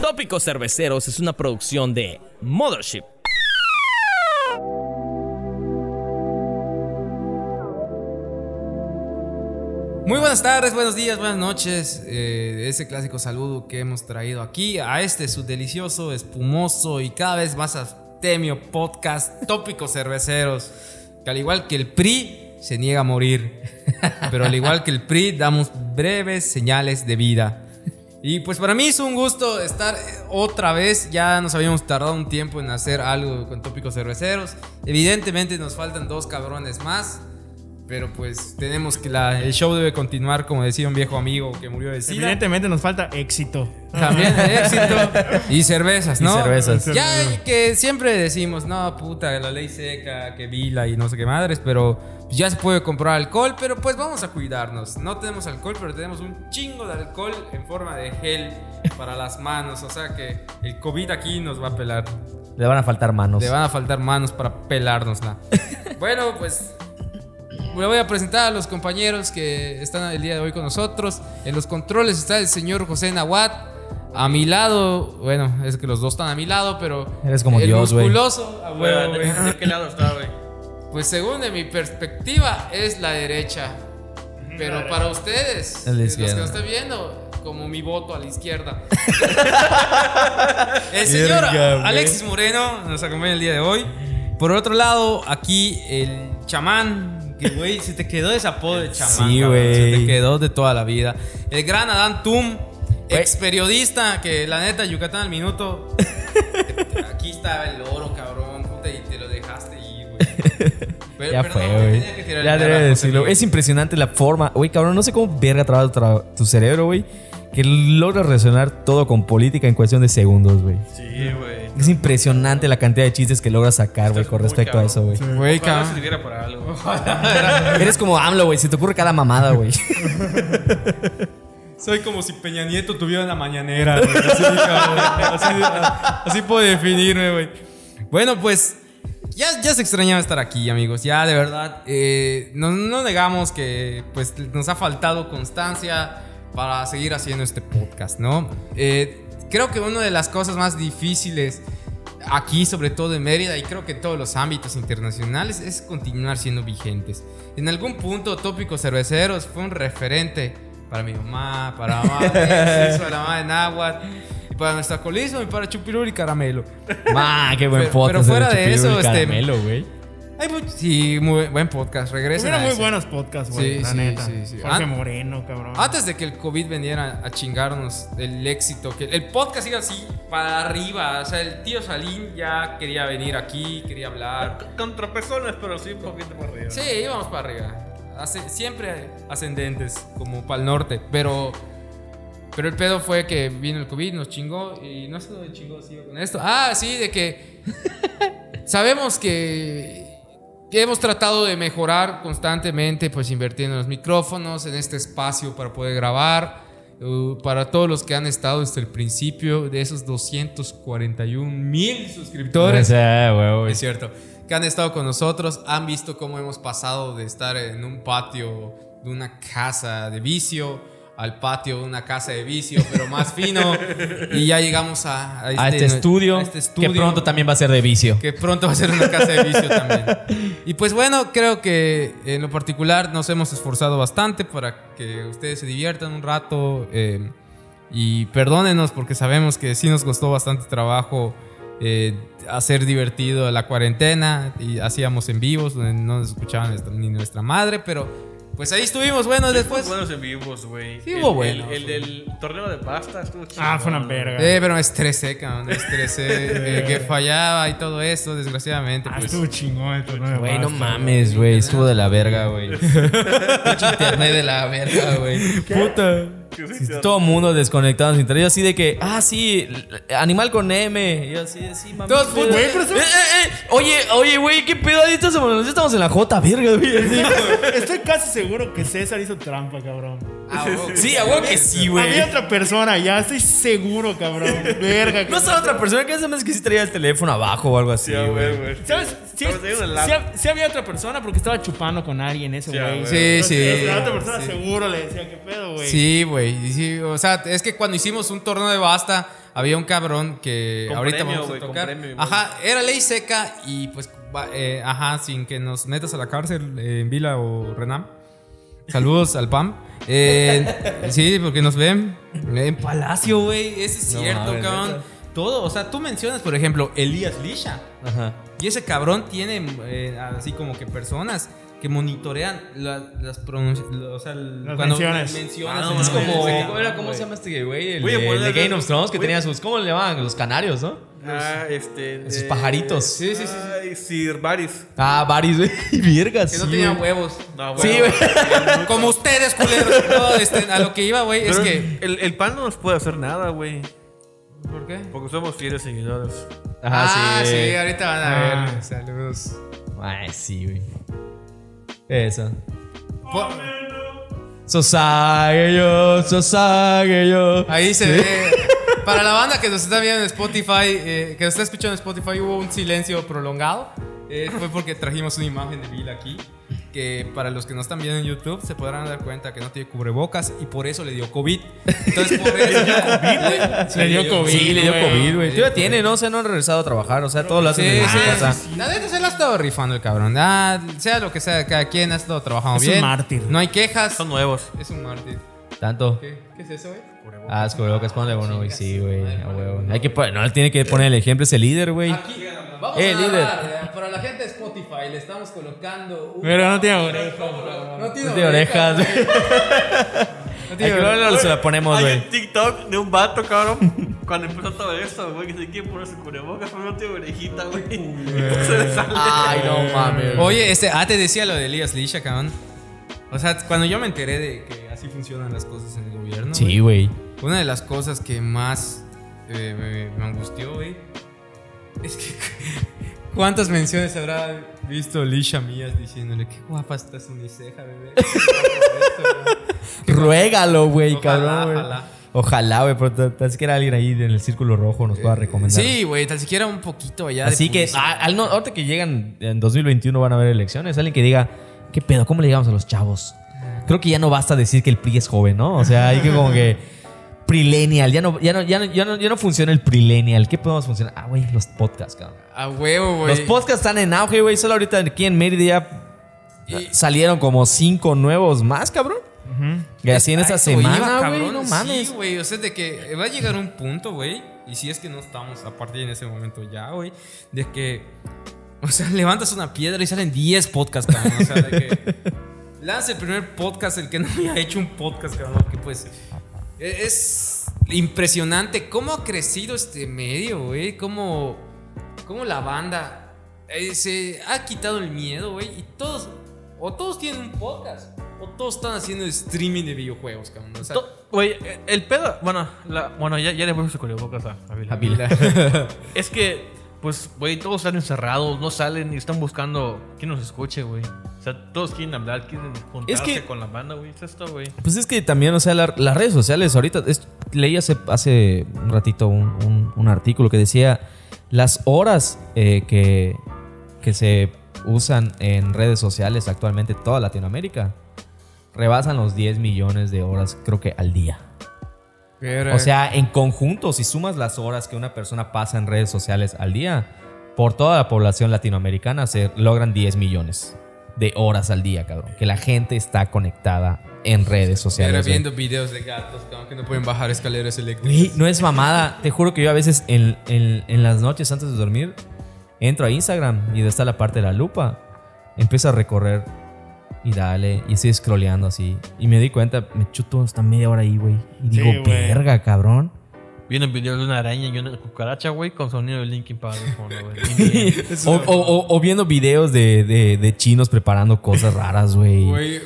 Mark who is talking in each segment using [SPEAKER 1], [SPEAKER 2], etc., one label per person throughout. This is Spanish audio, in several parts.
[SPEAKER 1] Tópicos Cerveceros es una producción de Mothership.
[SPEAKER 2] Muy buenas tardes, buenos días, buenas noches. Eh, ese clásico saludo que hemos traído aquí a este su delicioso, espumoso y cada vez más astemio podcast Tópicos Cerveceros, que al igual que el PRI se niega a morir, pero al igual que el PRI damos breves señales de vida. Y pues para mí es un gusto estar eh, otra vez. Ya nos habíamos tardado un tiempo en hacer algo con tópicos cerveceros. Evidentemente nos faltan dos cabrones más. Pero pues tenemos que la, el show debe continuar, como decía un viejo amigo que murió de sida.
[SPEAKER 3] Evidentemente nos falta éxito.
[SPEAKER 2] También de éxito. Y cervezas, ¿no?
[SPEAKER 4] cervezas.
[SPEAKER 2] Ya que siempre decimos, no, puta, la ley seca, que vila y no sé qué madres, pero ya se puede comprar alcohol, pero pues vamos a cuidarnos. No tenemos alcohol, pero tenemos un chingo de alcohol en forma de gel para las manos. O sea que el COVID aquí nos va a pelar.
[SPEAKER 4] Le van a faltar manos.
[SPEAKER 2] Le van a faltar manos para pelárnosla. bueno, pues le voy a presentar a los compañeros que están el día de hoy con nosotros. En los controles está el señor José Nahuat. A mi lado, bueno, es que los dos están a mi lado, pero.
[SPEAKER 4] Eres como
[SPEAKER 2] el
[SPEAKER 4] Dios, güey.
[SPEAKER 2] musculoso, a huevo, güey.
[SPEAKER 5] ¿De qué lado está, güey?
[SPEAKER 2] Pues según de mi perspectiva, es la derecha. Pero para ustedes,
[SPEAKER 4] Es la
[SPEAKER 2] los que
[SPEAKER 4] izquierda.
[SPEAKER 2] nos están viendo, como mi voto a la izquierda. el Eh, señor
[SPEAKER 4] Verga, güey.
[SPEAKER 2] Alexis Moreno nos acompaña el día de hoy. Por otro lado, aquí el chamán. Que, güey, se te quedó ese apodo de chamán.
[SPEAKER 4] Sí,
[SPEAKER 2] cabrón, Se te
[SPEAKER 4] güey.
[SPEAKER 2] quedó de toda la vida. El gran Adán Tum, ex periodista, que la neta, Yucatán al minuto. aquí estaba el oro, cabrón. Puta, y te lo dejaste ahí, güey. Pero-
[SPEAKER 4] ya
[SPEAKER 2] perdón,
[SPEAKER 4] fue,
[SPEAKER 2] te
[SPEAKER 4] güey.
[SPEAKER 2] tenía que tirar
[SPEAKER 4] Ya
[SPEAKER 2] el
[SPEAKER 4] debe
[SPEAKER 2] perro,
[SPEAKER 4] de
[SPEAKER 2] José
[SPEAKER 4] decirlo.
[SPEAKER 2] Miguel.
[SPEAKER 4] Es impresionante la forma. Güey, cabrón, no sé cómo verga trabaja tu, tra- tu cerebro, güey. Que logra relacionar todo con política en cuestión de segundos, güey.
[SPEAKER 5] Sí, güey.
[SPEAKER 4] Es impresionante la cantidad de chistes que logras sacar, güey, con respecto a eso, güey.
[SPEAKER 2] Güey,
[SPEAKER 5] Ojalá
[SPEAKER 2] cabrón.
[SPEAKER 5] sirviera para algo.
[SPEAKER 4] Eres como AMLO, güey. Se te ocurre cada mamada, güey.
[SPEAKER 2] Soy como si Peña Nieto tuviera la mañanera. güey. Así, cabrón. Así- así puedo definirme, güey. Bueno, pues ya, ya se extrañaba estar aquí, amigos. Ya, de verdad. eh, no, no negamos que pues, nos ha faltado constancia para seguir haciendo este podcast, ¿no? Eh, creo que una de las cosas más difíciles aquí, sobre todo en Mérida, y creo que en todos los ámbitos internacionales, es continuar siendo vigentes. En algún punto, Tópicos Cerveceros fue un referente para mi mamá, para mamá, para la mamá de Nahuatl, y para nuestra colismo, y para Chupirul y Caramelo.
[SPEAKER 4] Ma, Ah, qué buen
[SPEAKER 2] Pero- pero
[SPEAKER 4] podcast.
[SPEAKER 2] fuera
[SPEAKER 4] el
[SPEAKER 2] de eso,
[SPEAKER 4] Chupirul y
[SPEAKER 2] este-
[SPEAKER 4] Caramelo, güey.
[SPEAKER 2] Hay much- sí, muy buen podcast. Regresen.
[SPEAKER 3] Hubieron
[SPEAKER 2] a
[SPEAKER 3] muy
[SPEAKER 2] ese.
[SPEAKER 3] buenos podcasts, güey.
[SPEAKER 2] Sí,
[SPEAKER 3] la
[SPEAKER 2] sí,
[SPEAKER 3] neta.
[SPEAKER 2] sí, sí. Ah,
[SPEAKER 3] Jorge
[SPEAKER 2] Ant-
[SPEAKER 3] Moreno, cabrón.
[SPEAKER 2] Antes de que el COVID viniera a chingarnos el éxito, que el podcast siga así para arriba. O sea, el tío Salín ya quería venir aquí, quería hablar.
[SPEAKER 5] Con tropezones, pero sí un poquito para arriba.
[SPEAKER 2] Sí, íbamos para arriba. Asce- siempre ascendentes, como para el norte. Pero, pero el pedo fue que vino el COVID, nos chingó. Y no sé dónde chingó si iba con esto. Ah, sí, de que sabemos que que hemos tratado de mejorar constantemente, pues invirtiendo en los micrófonos, en este espacio para poder grabar. Uh, para todos los que han estado desde el principio, de esos 241 mil suscriptores,
[SPEAKER 4] Ese, güey, güey.
[SPEAKER 2] es cierto. Que han estado con nosotros, han visto cómo hemos pasado de estar en un patio de una casa de vicio al patio de una casa de vicio, pero más fino. y ya llegamos a,
[SPEAKER 4] A este, estudio,
[SPEAKER 2] a este estudio,
[SPEAKER 4] que pronto también va a ser de vicio.
[SPEAKER 2] que pronto va a ser una casa de vicio también. Y pues bueno, creo que en lo particular nos hemos esforzado bastante para que ustedes se diviertan un rato. eh, y perdónenos porque sabemos que sí nos costó bastante trabajo eh, hacer divertido la cuarentena. Y hacíamos en vivos donde no nos escuchaban ni nuestra madre, pero pues ahí estuvimos. Bueno,
[SPEAKER 5] Después.
[SPEAKER 2] después...
[SPEAKER 5] buenos en vivos, güey.
[SPEAKER 2] Sí
[SPEAKER 5] El-
[SPEAKER 2] hubo
[SPEAKER 5] el-
[SPEAKER 2] buenos,
[SPEAKER 5] El, del torneo de pasta estuvo chido.
[SPEAKER 3] Ah, fue una verga.
[SPEAKER 2] Eh, pero me estresé, cabrón, me estresé, eh, que fallaba y todo eso, desgraciadamente.
[SPEAKER 3] Ah,
[SPEAKER 2] pues.
[SPEAKER 3] estuvo chingón el torneo de
[SPEAKER 4] Güey, no
[SPEAKER 3] básquet.
[SPEAKER 4] mames, güey. Estuvo de la verga, güey.
[SPEAKER 2] Pinche internet de la verga, güey.
[SPEAKER 4] Puta. Todo mundo desconectado sin internet. Yo así de que, ah, sí, animal con M. Yo así de, sí, mami.
[SPEAKER 2] Todos
[SPEAKER 4] ¿qué
[SPEAKER 2] putos.
[SPEAKER 4] pedo?
[SPEAKER 2] Güey, pero
[SPEAKER 4] Eh, eh, eh, Oye, oye, güey, qué pedo. Ahí estamos, ya estamos en la J, verga, güey. así.
[SPEAKER 3] Estoy casi seguro que César hizo trampa, cabrón.
[SPEAKER 2] Ah, huevo.
[SPEAKER 4] Sí, a huevo que sí, güey.
[SPEAKER 3] Había otra persona, ya estoy seguro, cabrón. Verga.
[SPEAKER 4] No sabe otra persona que hace más que sí traía el teléfono abajo o algo así,
[SPEAKER 5] Sí, a
[SPEAKER 4] güey.
[SPEAKER 5] ver, güey.
[SPEAKER 3] ¿Sabes? Sí,
[SPEAKER 5] Estamos teniendo el
[SPEAKER 3] sí
[SPEAKER 5] lab-
[SPEAKER 3] hab- sí había otra persona porque estaba chupando con alguien ese
[SPEAKER 5] Sí, a
[SPEAKER 3] güey.
[SPEAKER 5] huevo.
[SPEAKER 2] Sí, sí.
[SPEAKER 3] Entonces, La otra persona
[SPEAKER 2] sí.
[SPEAKER 3] seguro le decía, ¿qué pedo, güey?
[SPEAKER 2] Sí, güey. y sí, o sea, es que cuando hicimos un torneo de basta, había un cabrón que
[SPEAKER 5] Con
[SPEAKER 2] ahorita
[SPEAKER 5] premio,
[SPEAKER 2] vamos a
[SPEAKER 5] güey, con
[SPEAKER 2] tocar.
[SPEAKER 5] premio, güey.
[SPEAKER 2] ajá, era ley seca y pues, va- eh, ajá, sin que nos metas a la cárcel eh, en Vila o Renam. Saludos al PAM. Eh, sí, porque nos ven en Palacio, güey. Ese es
[SPEAKER 4] No
[SPEAKER 2] cierto,
[SPEAKER 4] mames,
[SPEAKER 2] cabrón.
[SPEAKER 4] neta.
[SPEAKER 2] Todo, o sea, tú mencionas, por ejemplo, Elías Lisha.
[SPEAKER 4] Ajá.
[SPEAKER 2] Y ese cabrón tiene eh, así como que personas que monitorean la- las pronunci- la- o sea, el-
[SPEAKER 3] Las
[SPEAKER 2] cuando
[SPEAKER 3] menciones.
[SPEAKER 2] mencionas,
[SPEAKER 4] Ah,
[SPEAKER 2] es
[SPEAKER 4] no, es
[SPEAKER 2] como-
[SPEAKER 4] como. era, ¿Cómo se llama este güey? El
[SPEAKER 5] Oye,
[SPEAKER 4] de,
[SPEAKER 5] pues,
[SPEAKER 4] de Game
[SPEAKER 5] güey.
[SPEAKER 4] of Thrones que tenía sus. ¿Cómo le llamaban? Los canarios, ¿no?
[SPEAKER 5] Ah, este.
[SPEAKER 4] Esos
[SPEAKER 5] eh,
[SPEAKER 4] pajaritos.
[SPEAKER 2] Sí, sí, sí, sí.
[SPEAKER 5] Ay, Sir Baris.
[SPEAKER 4] Ah, Baris, güey. Viergas.
[SPEAKER 2] que no tenía huevos.
[SPEAKER 5] No,
[SPEAKER 4] Sí,
[SPEAKER 5] bueno.
[SPEAKER 4] güey.
[SPEAKER 2] Como ustedes, culeros. No, este, a lo que iba, güey, es
[SPEAKER 5] Pero
[SPEAKER 2] que.
[SPEAKER 5] El, el pan no nos puede hacer nada, güey.
[SPEAKER 2] ¿Por qué?
[SPEAKER 5] Porque somos fieles seguidores.
[SPEAKER 4] Ajá,
[SPEAKER 2] ah, sí.
[SPEAKER 4] sí.
[SPEAKER 2] ahorita van a ver. Saludos.
[SPEAKER 4] Ah, sí, güey. Eso.
[SPEAKER 2] Po-
[SPEAKER 4] Sosague yo, sosague yo.
[SPEAKER 2] Ahí se ve. Para la banda que nos está viendo en Spotify, eh, que nos está escuchando en Spotify, hubo un silencio prolongado. Eh, fue porque trajimos una imagen de Bill aquí. Que para los que no están viendo en YouTube se podrán dar cuenta que no tiene cubrebocas y por eso le dio COVID. Entonces, por eso. Sí,
[SPEAKER 3] Le dio COVID,
[SPEAKER 4] Sí, le dio
[SPEAKER 3] güey.
[SPEAKER 4] COVID, güey. Tío,
[SPEAKER 2] Sí,
[SPEAKER 4] ya tiene, ¿no? O sea, no han regresado a trabajar. O sea, todo lo hacen
[SPEAKER 2] Sí,
[SPEAKER 4] desde
[SPEAKER 2] sí,
[SPEAKER 4] su casa.
[SPEAKER 2] sí. La neta se la ha estado rifando el cabrón. Ah, sea lo que sea, cada quien ha estado trabajando
[SPEAKER 3] Es un
[SPEAKER 2] bien.
[SPEAKER 3] mártir.
[SPEAKER 2] No hay quejas.
[SPEAKER 5] Son nuevos.
[SPEAKER 2] Es un mártir.
[SPEAKER 4] Tanto.
[SPEAKER 2] ¿Qué, qué es eso, güey?
[SPEAKER 4] Ah, es cubrebocas, ponle uno, güey. Sí, güey. A huevo. Hay que poner- no, tiene que poner el ejemplo, es el líder, güey.
[SPEAKER 2] Aquí, vamos
[SPEAKER 4] Eh,
[SPEAKER 2] a
[SPEAKER 4] líder.
[SPEAKER 2] dar, eh, para la gente de Spotify, le estamos colocando un...
[SPEAKER 3] Pero no tiene orejas.
[SPEAKER 2] No tiene
[SPEAKER 4] No tiene orejas, güey. Ay, que luego se la ponemos,
[SPEAKER 5] Hay
[SPEAKER 4] güey.
[SPEAKER 5] un TikTok de un vato, cabrón. cuando empezó todo esto, güey, que se quiere poner su cubrebocas, pero no tiene orejita, güey. Se le sale.
[SPEAKER 4] Ay, no mames.
[SPEAKER 2] Oye, este, ah, te decía lo de Elías Lisha, cabrón. O sea, cuando yo me enteré de que así funcionan las cosas en el gobierno,
[SPEAKER 4] Sí, güey.
[SPEAKER 2] Una de las cosas que más eh, me, me angustió, güey, es que cuántas menciones habrá visto Lisha Mías diciéndole qué guapa estás en mi ceja, bebé. Qué guapo esto, güey".
[SPEAKER 4] Ruégalo, güey,
[SPEAKER 2] Ojalá,
[SPEAKER 4] cabrón, güey.
[SPEAKER 2] ojalá.
[SPEAKER 4] Ojalá, güey, pero tal- tal siquiera alguien ahí en el círculo rojo nos pueda recomendar.
[SPEAKER 2] Sí, güey, tan siquiera un poquito ya. de
[SPEAKER 4] Así que,
[SPEAKER 2] publicidad.
[SPEAKER 4] a- al no- ahorita que llegan en 2021 van a haber elecciones, alguien que diga, ¿qué pedo? ¿Cómo le llegamos a los chavos? Creo que ya no basta decir que el PRI es joven, ¿no? O sea, hay que como que... Prilenial, ya no, ya, no, ya, no, ya, no, ya no funciona el prilenial. ¿Qué podemos funcionar? Ah, güey, los podcasts, cabrón.
[SPEAKER 2] A huevo, güey.
[SPEAKER 4] Los podcasts están en auge, güey. Solo ahorita aquí en Mérida
[SPEAKER 2] Y-
[SPEAKER 4] salieron como cinco nuevos más, cabrón. Y así en
[SPEAKER 2] A
[SPEAKER 4] esta
[SPEAKER 2] eso iba,
[SPEAKER 4] semana, güey.
[SPEAKER 2] cabrón.
[SPEAKER 4] No
[SPEAKER 2] Sí,
[SPEAKER 4] mames.
[SPEAKER 2] güey, o sea, de que va a llegar un punto, güey, y si es que no estamos a partir de ese momento ya, güey, de que, o sea, levantas una piedra y salen 10 podcasts, cabrón. O sea, de que lanza el primer podcast, el que no había hecho un podcast, cabrón, que pues e- es impresionante cómo ha crecido este medio, güey, cómo, cómo la banda eh, se ha quitado el miedo, güey, y todos, o todos tienen un podcast. O todos están haciendo streaming de videojuegos, cabrón. O sea,
[SPEAKER 5] To- Güey, el pedo. Bueno, la- bueno ya, ya le puse su cubrebocas a, a Vila. Es que, pues, güey, todos están encerrados, no salen y están buscando quién nos escuche, güey. O sea, todos quieren hablar, quieren juntarse
[SPEAKER 4] Es que-
[SPEAKER 5] con la banda, güey. Es esto, güey.
[SPEAKER 4] Pues es que también, o sea, la- las redes sociales ahorita, es- leí hace, hace un ratito un, un- un artículo que decía las horas eh, que, que se usan en redes sociales actualmente en toda Latinoamérica rebasan los 10 millones de horas, creo que al día.
[SPEAKER 2] Eh.
[SPEAKER 4] O sea, en conjunto, si sumas las horas que una persona pasa en redes sociales al día, por toda la población latinoamericana se logran 10 millones de horas al día, cabrón. Que la gente está conectada en redes
[SPEAKER 2] Era
[SPEAKER 4] sociales. güey.
[SPEAKER 2] viendo videos de gatos, cabrón, que no pueden bajar escaleras
[SPEAKER 4] Güey,
[SPEAKER 2] eléctricas.
[SPEAKER 4] no es mamada. Te juro que yo a veces en, en- en las noches antes de dormir entro a Instagram y donde está la parte de la lupa. Empiezo a recorrer y dale. Y estoy scrolleando así. Y me di cuenta, me chuto hasta media hora ahí, güey. Y
[SPEAKER 3] Sí,
[SPEAKER 4] digo,
[SPEAKER 3] güey.
[SPEAKER 4] verga, cabrón.
[SPEAKER 5] Viene un video de una araña y una cucaracha, güey, con sonido de Linkin Park de fondo, güey.
[SPEAKER 4] O, o- o- o viendo videos de, de- de chinos preparando cosas raras, güey.
[SPEAKER 2] Güey,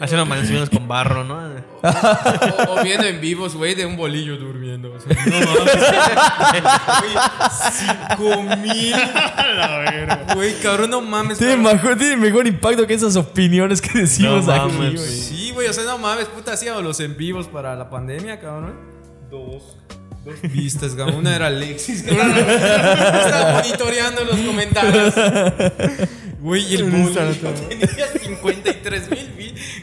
[SPEAKER 5] Haciendo mansiones con barro, ¿no?
[SPEAKER 2] o, o viendo en vivos, güey, de un bolillo durmiendo. O sea, no mames. Güey, cinco
[SPEAKER 3] A la verga.
[SPEAKER 2] mil. Güey, cabrón, no mames.
[SPEAKER 4] Tiene
[SPEAKER 2] cabrón.
[SPEAKER 4] mejor, tiene mejor impacto que esas opiniones que decimos
[SPEAKER 5] No
[SPEAKER 4] aquí,
[SPEAKER 5] mames,
[SPEAKER 4] güey.
[SPEAKER 2] Sí, güey, o sea, no mames, puta, hacíamos los en vivos para la pandemia, cabrón. Dos. Dos vistas, cabrón. Una era Alexis, cabrón. Estaba monitoreando los comentarios. Güey, y el bolillo tenía 53 mil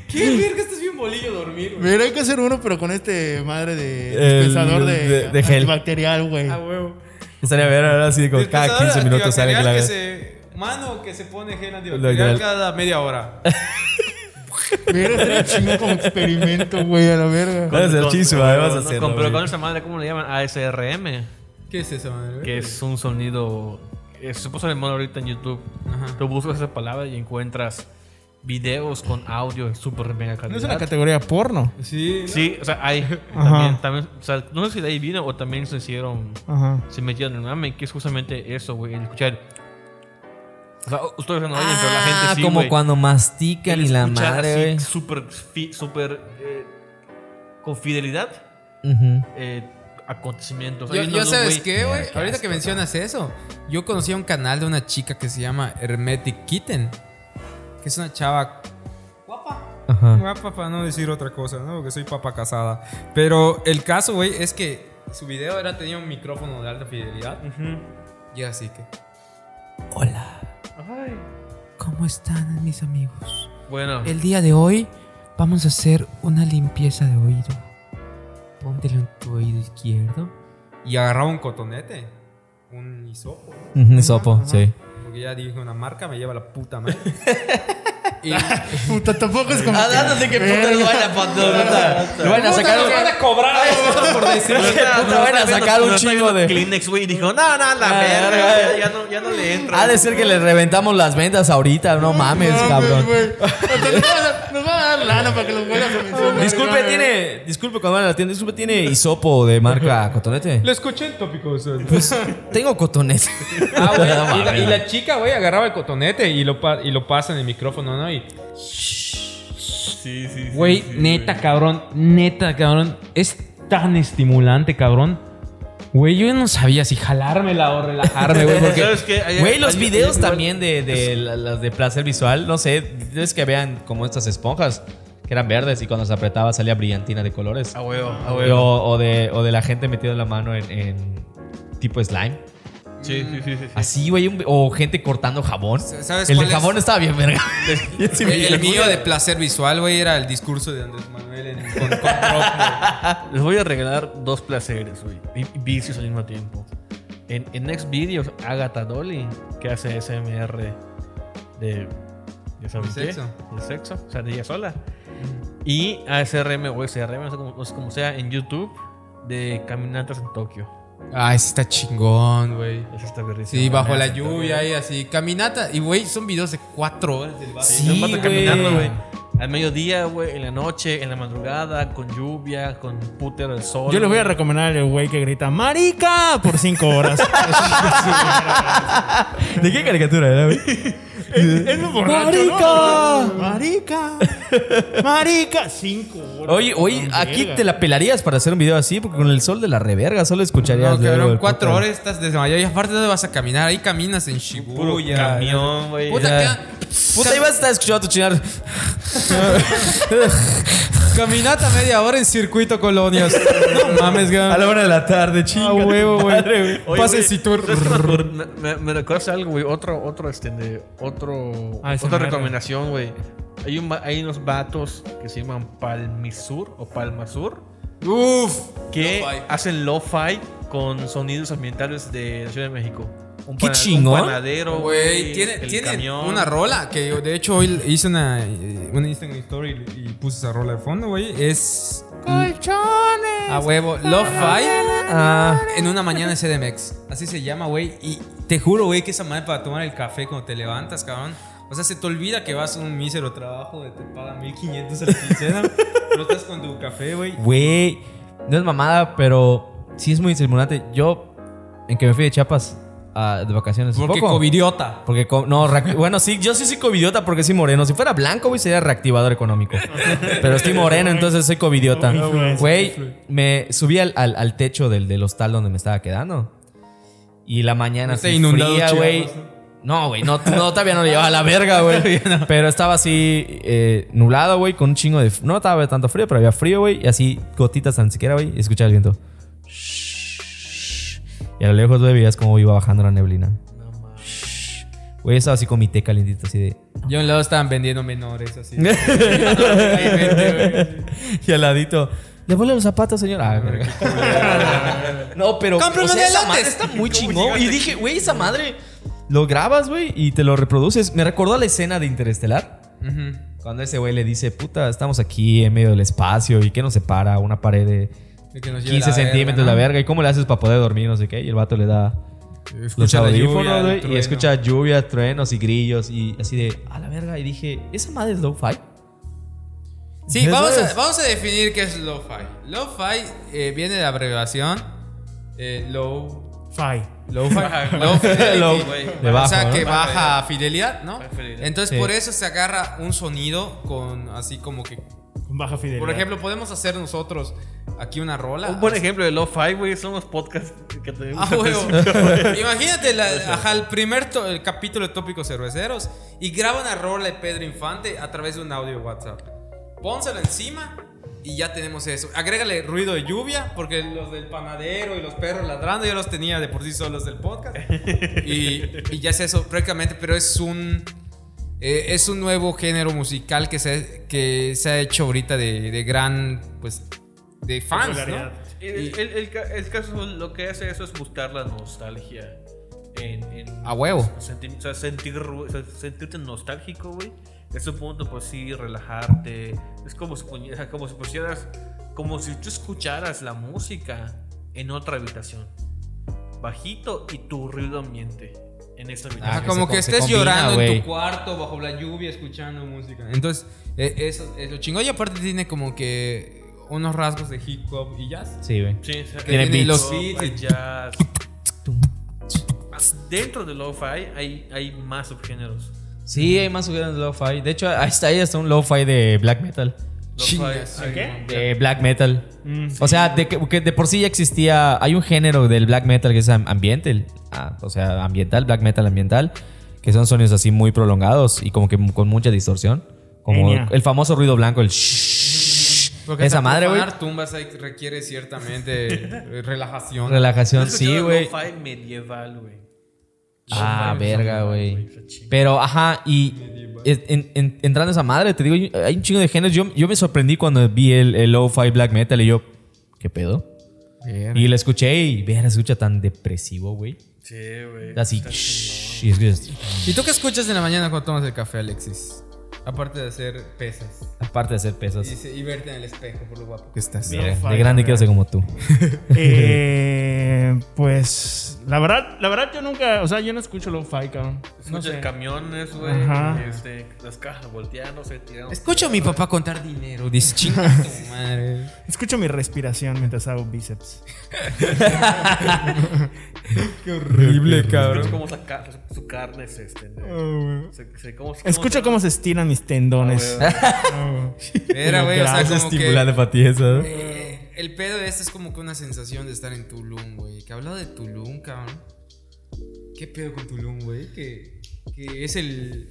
[SPEAKER 2] ¿Qué verga? Estás bien bolillo dormir, güey.
[SPEAKER 3] Mira, hay que hacer uno, pero con este madre de
[SPEAKER 4] El-
[SPEAKER 3] dispensador de,
[SPEAKER 4] de- de gel.
[SPEAKER 3] antibacterial, güey.
[SPEAKER 2] A huevo.
[SPEAKER 4] Estaría ver ahora así como cada
[SPEAKER 2] Dispensador
[SPEAKER 4] 15 minutos sale que la
[SPEAKER 2] antibacterial
[SPEAKER 4] vez.
[SPEAKER 2] se- Mano que se pone gel antibacterial
[SPEAKER 4] Lo-
[SPEAKER 2] cada media hora.
[SPEAKER 3] Mira, estaría chingón como experimento, güey, a la verga.
[SPEAKER 4] Vas a hacer chisme, vas a
[SPEAKER 5] No,
[SPEAKER 4] hacerlo,
[SPEAKER 5] con- pero
[SPEAKER 4] güey.
[SPEAKER 5] con esa madre, ¿cómo le llaman? ASRM,
[SPEAKER 2] ¿Qué es eso, madre?
[SPEAKER 5] que es un sonido. eh, Se puso de moda ahorita en YouTube.
[SPEAKER 2] Ajá.
[SPEAKER 5] Tú buscas esa palabra y encuentras videos con audio en súper mega calidad.
[SPEAKER 3] categoría porno.
[SPEAKER 2] Sí.
[SPEAKER 5] Sí, o sea, hay. También,
[SPEAKER 3] Ajá.
[SPEAKER 5] también, o sea, no sé si de ahí vino o también se hicieron.
[SPEAKER 3] Ajá.
[SPEAKER 5] Se metieron en el mame, que es justamente eso, güey. El escuchar. O sea, ustedes no oyen, pero la
[SPEAKER 4] Ah,
[SPEAKER 5] gente sí.
[SPEAKER 4] como
[SPEAKER 5] güey.
[SPEAKER 4] cuando mastican
[SPEAKER 5] El
[SPEAKER 4] y la
[SPEAKER 5] escuchar
[SPEAKER 4] madre,
[SPEAKER 5] así,
[SPEAKER 4] güey.
[SPEAKER 5] Súper, fi- súper. eh, con fidelidad.
[SPEAKER 4] Ujú.
[SPEAKER 5] eh, acontecimientos.
[SPEAKER 2] Yo,
[SPEAKER 5] Hay
[SPEAKER 2] yo
[SPEAKER 5] unos,
[SPEAKER 2] sabes
[SPEAKER 5] güey,
[SPEAKER 2] qué, güey.
[SPEAKER 4] Eh, qué
[SPEAKER 2] Ahorita
[SPEAKER 4] asco,
[SPEAKER 2] que mencionas eso, yo conocí a un canal de una chica que se llama Hermetic Kitten, que es una chava guapa.
[SPEAKER 4] Ajá.
[SPEAKER 2] Guapa para Ah, no decir otra cosa, ¿no? Porque soy papa casada. Pero el caso, güey, es que su video era tenía un micrófono de alta fidelidad. Y así que. Hola,
[SPEAKER 5] Ay.
[SPEAKER 2] ¿cómo están mis amigos?
[SPEAKER 5] Bueno,
[SPEAKER 2] El día de hoy vamos a hacer una limpieza de oído. Póntelo en tu oído izquierdo. Y agarraba un cotonete. Un hisopo. ¿no?
[SPEAKER 4] Ujú, Sopo,
[SPEAKER 2] Ajá.
[SPEAKER 4] sí.
[SPEAKER 2] Porque ya dije una marca, me lleva la puta madre. y
[SPEAKER 3] Puta, tampoco es como.
[SPEAKER 4] Adándate Ah, que puta lo van a Lo van a sacar.
[SPEAKER 2] a cobrar por decir.
[SPEAKER 4] Puta, van a sacar un chingo de.
[SPEAKER 5] Kleenex, güey, y dijo, no, no, la
[SPEAKER 4] Ah,
[SPEAKER 5] verga,
[SPEAKER 4] ah,
[SPEAKER 5] ya, ya no, ya no le entra.
[SPEAKER 4] Ha de ser que le reventamos las ventas ahorita, no mames, cabrón.
[SPEAKER 3] güey. Hasta nos va a dar- Nos va a dar lana para que los vuelas a mencionar.
[SPEAKER 4] Disculpe, tiene. Disculpe, cuando van a la tienda, disculpe, tiene hisopo de marca cotonete.
[SPEAKER 2] Lo escuché en tópicos.
[SPEAKER 4] Tengo cotonete.
[SPEAKER 2] Ah, güey.
[SPEAKER 4] No
[SPEAKER 2] y, la, y
[SPEAKER 4] mames.
[SPEAKER 2] la chica, güey, agarraba el cotonete y lo, pa- y lo pasa en el micrófono, ¿no? Y.
[SPEAKER 5] Sí, sí, sí.
[SPEAKER 2] Güey, neta, cabrón. Neta, cabrón. Es tan estimulante, cabrón. Güey, yo no sabía si jalármela o relajarme, güey. Porque
[SPEAKER 5] ¿Sabes qué? Hay-
[SPEAKER 4] Güey, los
[SPEAKER 5] hay-
[SPEAKER 4] videos
[SPEAKER 5] hay-
[SPEAKER 4] también de, de la- las de placer visual, no sé, es que vean como estas esponjas que eran verdes y cuando se apretaba salía brillantina de colores.
[SPEAKER 2] Ah,
[SPEAKER 5] A huevo, a
[SPEAKER 4] O,
[SPEAKER 5] huevo.
[SPEAKER 4] o de, o de la gente metiendo la mano en, en tipo slime.
[SPEAKER 5] Sí, sí, sí. sí, sí.
[SPEAKER 4] Así, güey, un- o gente cortando jabón.
[SPEAKER 2] ¿Sabes
[SPEAKER 4] el de
[SPEAKER 2] cuál es?
[SPEAKER 4] jabón estaba bien, verga. Sí,
[SPEAKER 2] el, el
[SPEAKER 4] güey.
[SPEAKER 2] mío de placer visual, güey, era el discurso de Andrés Manuel en, con, con rock, güey.
[SPEAKER 5] Les voy a regalar dos placeres, güey. Y y vicios al mismo tiempo. En, en Next Videos, Agatha Dolly, que hace SMR de. ¿Ya saben
[SPEAKER 2] De
[SPEAKER 5] qué?
[SPEAKER 2] sexo.
[SPEAKER 5] De sexo. O sea, de ella sola. Y ASRM o SRM, no sé cómo, no sé cómo sea, en YouTube, de Caminantes en Tokio.
[SPEAKER 2] Ay, sí Ah, está chingón, güey.
[SPEAKER 5] Eso está verguísima.
[SPEAKER 2] Sí, bajo la
[SPEAKER 5] Caminantes en
[SPEAKER 2] lluvia y así. Caminata. Y, güey, son videos de cuatro horas del barrio.
[SPEAKER 5] Sí,
[SPEAKER 4] Sí,
[SPEAKER 5] un vato
[SPEAKER 4] güey.
[SPEAKER 5] caminando, güey. Al mediodía, güey, en la noche, en la madrugada, con lluvia, con putero de sol.
[SPEAKER 3] Yo les voy a
[SPEAKER 5] güey.
[SPEAKER 3] recomendar al güey que grita ¡Marica! por cinco horas.
[SPEAKER 4] ¿De qué caricatura era, güey?
[SPEAKER 3] es muy borracho, ¿no? ¡Marica! ¡Marica! Cinco horas.
[SPEAKER 4] Oye, oye,
[SPEAKER 3] Verga.
[SPEAKER 4] aquí te la pelarías para hacer un video así, porque con el sol de la reverga solo escucharías.
[SPEAKER 2] No,
[SPEAKER 4] luego
[SPEAKER 2] cabrón,
[SPEAKER 4] el
[SPEAKER 2] cuatro
[SPEAKER 4] puto-
[SPEAKER 2] horas estás desmayado. Y aparte, ¿dónde vas a caminar? Ahí caminas en
[SPEAKER 5] Puro
[SPEAKER 2] Shibuya.
[SPEAKER 5] camión, güey.
[SPEAKER 2] Puta,
[SPEAKER 5] Ya.
[SPEAKER 2] queda-
[SPEAKER 4] Puta, ibas a estar escuchando tu chingar.
[SPEAKER 2] Caminata media hora en circuito colonias. No mames,
[SPEAKER 4] A
[SPEAKER 2] cabrón.
[SPEAKER 4] la hora de la tarde, chinga.
[SPEAKER 2] A huevo, güey.
[SPEAKER 5] Oye,
[SPEAKER 2] Pase
[SPEAKER 5] güey,
[SPEAKER 2] si tú.
[SPEAKER 5] ¿sabes qué me acuer- Me, me- me recuerdas algo, güey. Otro, otro, este, de- otro,
[SPEAKER 3] Ah, esa
[SPEAKER 5] otra
[SPEAKER 3] mierda.
[SPEAKER 5] recomendación, güey. Hay, un, va- hay unos vatos que se llaman Palmisur o Palmasur
[SPEAKER 2] Uf.
[SPEAKER 5] que
[SPEAKER 2] Lo-fi.
[SPEAKER 5] hacen lo-fi con sonidos ambientales de la Ciudad de México. Un
[SPEAKER 4] ¡Qué
[SPEAKER 5] pana-
[SPEAKER 4] chingón!
[SPEAKER 5] Un panadero,
[SPEAKER 2] Güey, tiene,
[SPEAKER 5] el
[SPEAKER 2] tiene
[SPEAKER 5] camión.
[SPEAKER 2] una rola que yo, de hecho, hoy hice una, eh, una Instagram story y, y puse esa rola de fondo, güey. Es. Colchones. A huevo. Love Fire. en una mañana en CDMX. Así se llama, güey. Y te juro, güey, que esa madre para tomar el café cuando te levantas, cabrón. O sea, se te olvida que vas a un mísero trabajo, de te pagan 1500 a la quincena. Pero estás con tu café, güey.
[SPEAKER 4] Güey, no es mamada, pero sí es muy estimulante. Yo, en que me fui de Chiapas ah, de vacaciones. hace
[SPEAKER 2] Porque
[SPEAKER 4] poco,
[SPEAKER 2] covidiota.
[SPEAKER 4] Porque, co- no, reac- bueno, sí, yo sí soy covidiota porque soy moreno. Si fuera blanco, güey, sería reactivador económico. Pero estoy moreno, entonces soy covidiota.
[SPEAKER 3] Influencer,
[SPEAKER 4] Güey,
[SPEAKER 3] influencer.
[SPEAKER 4] me subí al, al- al techo del, del hostal donde me estaba quedando. Y la mañana
[SPEAKER 2] Está
[SPEAKER 4] así
[SPEAKER 2] inundado
[SPEAKER 4] fría,
[SPEAKER 2] Chiapas,
[SPEAKER 4] güey.
[SPEAKER 2] ¿no?
[SPEAKER 4] No, güey, no, no, todavía no le llevaba a la verga, güey. Pero estaba así eh, nublado, güey, con un chingo de... No estaba tanto frío, pero había frío, güey. Y así gotitas tan siquiera, güey. Y escuchaba el viento. Y a lo lejos, güey, veías cómo iba bajando la neblina. Güey, estaba así con mi té calientita, así de...
[SPEAKER 2] Yo a un lado estaban vendiendo menores, así. Obviamente, güey.
[SPEAKER 4] Y al ladito... Devuelve los zapatos, señor. Ah, verga. No, pero.
[SPEAKER 2] ¡Cómprame un
[SPEAKER 4] esa
[SPEAKER 2] elote!
[SPEAKER 4] madre Está muy chingón. Y dije, güey, esa madre. Lo grabas, güey, y te lo reproduces. Me recordó a la escena de Interestelar.
[SPEAKER 2] Ujú.
[SPEAKER 4] Cuando ese güey le dice, puta, estamos aquí en medio del espacio y que nos separa una pared de
[SPEAKER 2] De que nos lleve
[SPEAKER 4] 15
[SPEAKER 2] la verga,
[SPEAKER 4] centímetros
[SPEAKER 2] ¿no?
[SPEAKER 4] de la verga. ¿Y cómo le haces para poder dormir? No sé qué. Y el vato le da los
[SPEAKER 2] Escucha la lluvia,
[SPEAKER 4] audífonos,
[SPEAKER 2] el
[SPEAKER 4] güey, y
[SPEAKER 2] trueno.
[SPEAKER 4] escucha lluvia, truenos y grillos y así de, a la verga. Y dije, ¿esa madre es lo-fi?
[SPEAKER 2] Sí,
[SPEAKER 4] Eso
[SPEAKER 2] vamos a,
[SPEAKER 4] es.
[SPEAKER 2] vamos a definir qué es lo-fi. Lo-fi eh, viene de la abreviación eh, low.
[SPEAKER 3] Fai.
[SPEAKER 2] Lo-fi. Low
[SPEAKER 4] Low,
[SPEAKER 2] fidelity.
[SPEAKER 4] de
[SPEAKER 2] o sea,
[SPEAKER 4] bajo,
[SPEAKER 2] que
[SPEAKER 4] ¿no?
[SPEAKER 2] baja fidelidad, ¿no?
[SPEAKER 5] Baja fidelidad.
[SPEAKER 2] Entonces,
[SPEAKER 4] Sí.
[SPEAKER 2] por eso se agarra un sonido con así como que.
[SPEAKER 3] Con baja fidelidad.
[SPEAKER 2] Por ejemplo, podemos hacer nosotros aquí una rola.
[SPEAKER 5] Un buen ejemplo de lo-fi, güey, son los podcasts que tenemos.
[SPEAKER 2] Ah,
[SPEAKER 5] al
[SPEAKER 2] huevo.
[SPEAKER 5] principio, güey.
[SPEAKER 2] Imagínate la- ajá, el primer to- el capítulo de Tópicos Cerveceros y graba una rola de Pedro Infante a través de un audio de WhatsApp. Pónselo encima y ya tenemos eso. Agrégale ruido de lluvia porque los del panadero y los perros ladrando yo los tenía de por sí solos del podcast. Y, y ya es eso prácticamente, pero es un... eh, es un nuevo género musical que se, que se ha hecho ahorita de, de gran, pues, de fans, ¿no?
[SPEAKER 3] Popularidad.
[SPEAKER 5] El, el- el ca- el caso lo que hace eso es buscar la nostalgia. En, en-
[SPEAKER 2] A huevo.
[SPEAKER 5] senti- o sea, sentir, ru- o sea, sentirte nostálgico, güey. Es un punto, pues sí, relajarte. Es como si, puñe- o sea, como si pusieras. Como si tú escucharas la música en otra habitación. Bajito y tu ruido ambiente en esa
[SPEAKER 2] Ah,
[SPEAKER 5] habitación.
[SPEAKER 4] que
[SPEAKER 2] como
[SPEAKER 4] se-
[SPEAKER 2] que
[SPEAKER 4] se
[SPEAKER 2] estés
[SPEAKER 4] combina,
[SPEAKER 2] llorando en
[SPEAKER 4] güey.
[SPEAKER 2] tu cuarto bajo la lluvia escuchando música. Entonces, eh, eso es lo chingón. Y aparte tiene como que unos rasgos de hip hop y jazz.
[SPEAKER 4] Sí, güey.
[SPEAKER 5] Sí, o sea,
[SPEAKER 4] Tiene
[SPEAKER 5] hip
[SPEAKER 2] beats. Los
[SPEAKER 5] hop,
[SPEAKER 2] beats.
[SPEAKER 5] hay jazz. Dentro de lo-fi hay, hay más subgéneros.
[SPEAKER 4] Sí, hay más subidas de lo-fi. De hecho, ahí está, ahí está un lo-fi de black metal.
[SPEAKER 5] Lo-fi Mm,
[SPEAKER 2] Chingas.
[SPEAKER 5] hay-
[SPEAKER 3] ¿Qué?
[SPEAKER 4] De black metal. o sea, de, que- que de por sí ya existía. Hay un género del black metal que es am- ambiente. el- ah, o sea, ambiental, black metal ambiental. Que son sonidos así muy prolongados y como que mu- con mucha distorsión. Como
[SPEAKER 3] Genial.
[SPEAKER 4] el famoso ruido blanco, el shhh. Esa madre, güey.
[SPEAKER 2] Profanar tumbas ahí requiere ciertamente eh, relajación.
[SPEAKER 4] Relajación,
[SPEAKER 5] ¿Has
[SPEAKER 4] sí,
[SPEAKER 5] escuchado
[SPEAKER 4] güey.
[SPEAKER 5] Lo-fi medieval, güey.
[SPEAKER 4] Ah,
[SPEAKER 5] Lo-fi
[SPEAKER 4] verga,
[SPEAKER 5] medieval,
[SPEAKER 4] güey.
[SPEAKER 5] está chido.
[SPEAKER 4] Pero, ajá, y en- en- en- entrando a esa madre, te digo, hay- hay un chingo de géneros. Yo, yo me sorprendí cuando vi el, el lo-fi black metal y yo, ¿qué pedo? Y lo escuché y, ver, se escucha tan depresivo, güey.
[SPEAKER 5] Sí, güey.
[SPEAKER 4] Así,
[SPEAKER 5] Está
[SPEAKER 4] shhh, y escuchas,
[SPEAKER 2] ¿Y tú qué escuchas en la mañana cuando tomas el café, Alexis? Aparte de hacer pesas
[SPEAKER 4] aparte de hacer pesas,
[SPEAKER 2] y, se- y verte en el espejo por lo guapo que estás.
[SPEAKER 3] Bien.
[SPEAKER 4] de,
[SPEAKER 3] Lo-fi,
[SPEAKER 4] grande
[SPEAKER 3] la
[SPEAKER 4] quiero ser como tú.
[SPEAKER 3] Eh, pues la verdad, la verdad yo nunca, o sea, yo no escucho lo-fi, cabrón. No
[SPEAKER 5] Escuchas
[SPEAKER 3] sé.
[SPEAKER 5] camiones, güey.
[SPEAKER 3] Ajá.
[SPEAKER 5] Este, las cajas volteándose,
[SPEAKER 4] Este
[SPEAKER 5] tirando.
[SPEAKER 2] Escucho a mi papá contar dinero. Dice, chinga tu madre.
[SPEAKER 3] Escucho mi respiración mientras hago bíceps.
[SPEAKER 2] Qué horrible,
[SPEAKER 5] Escucho cómo saca, su carne se extiende. Se, se- cómo- cómo
[SPEAKER 3] Escucho
[SPEAKER 5] se-
[SPEAKER 3] Oh. cómo se estiran mis tendones. Ah, güey.
[SPEAKER 2] Era, güey, o sea,
[SPEAKER 3] Gracias,
[SPEAKER 2] como que...
[SPEAKER 4] para ti eso.
[SPEAKER 2] Eh, el pedo de este es como que una sensación de estar en Tulum, güey. Que hablado de Tulum, cabrón. ¿Qué pedo con Tulum, güey? Que, que es el.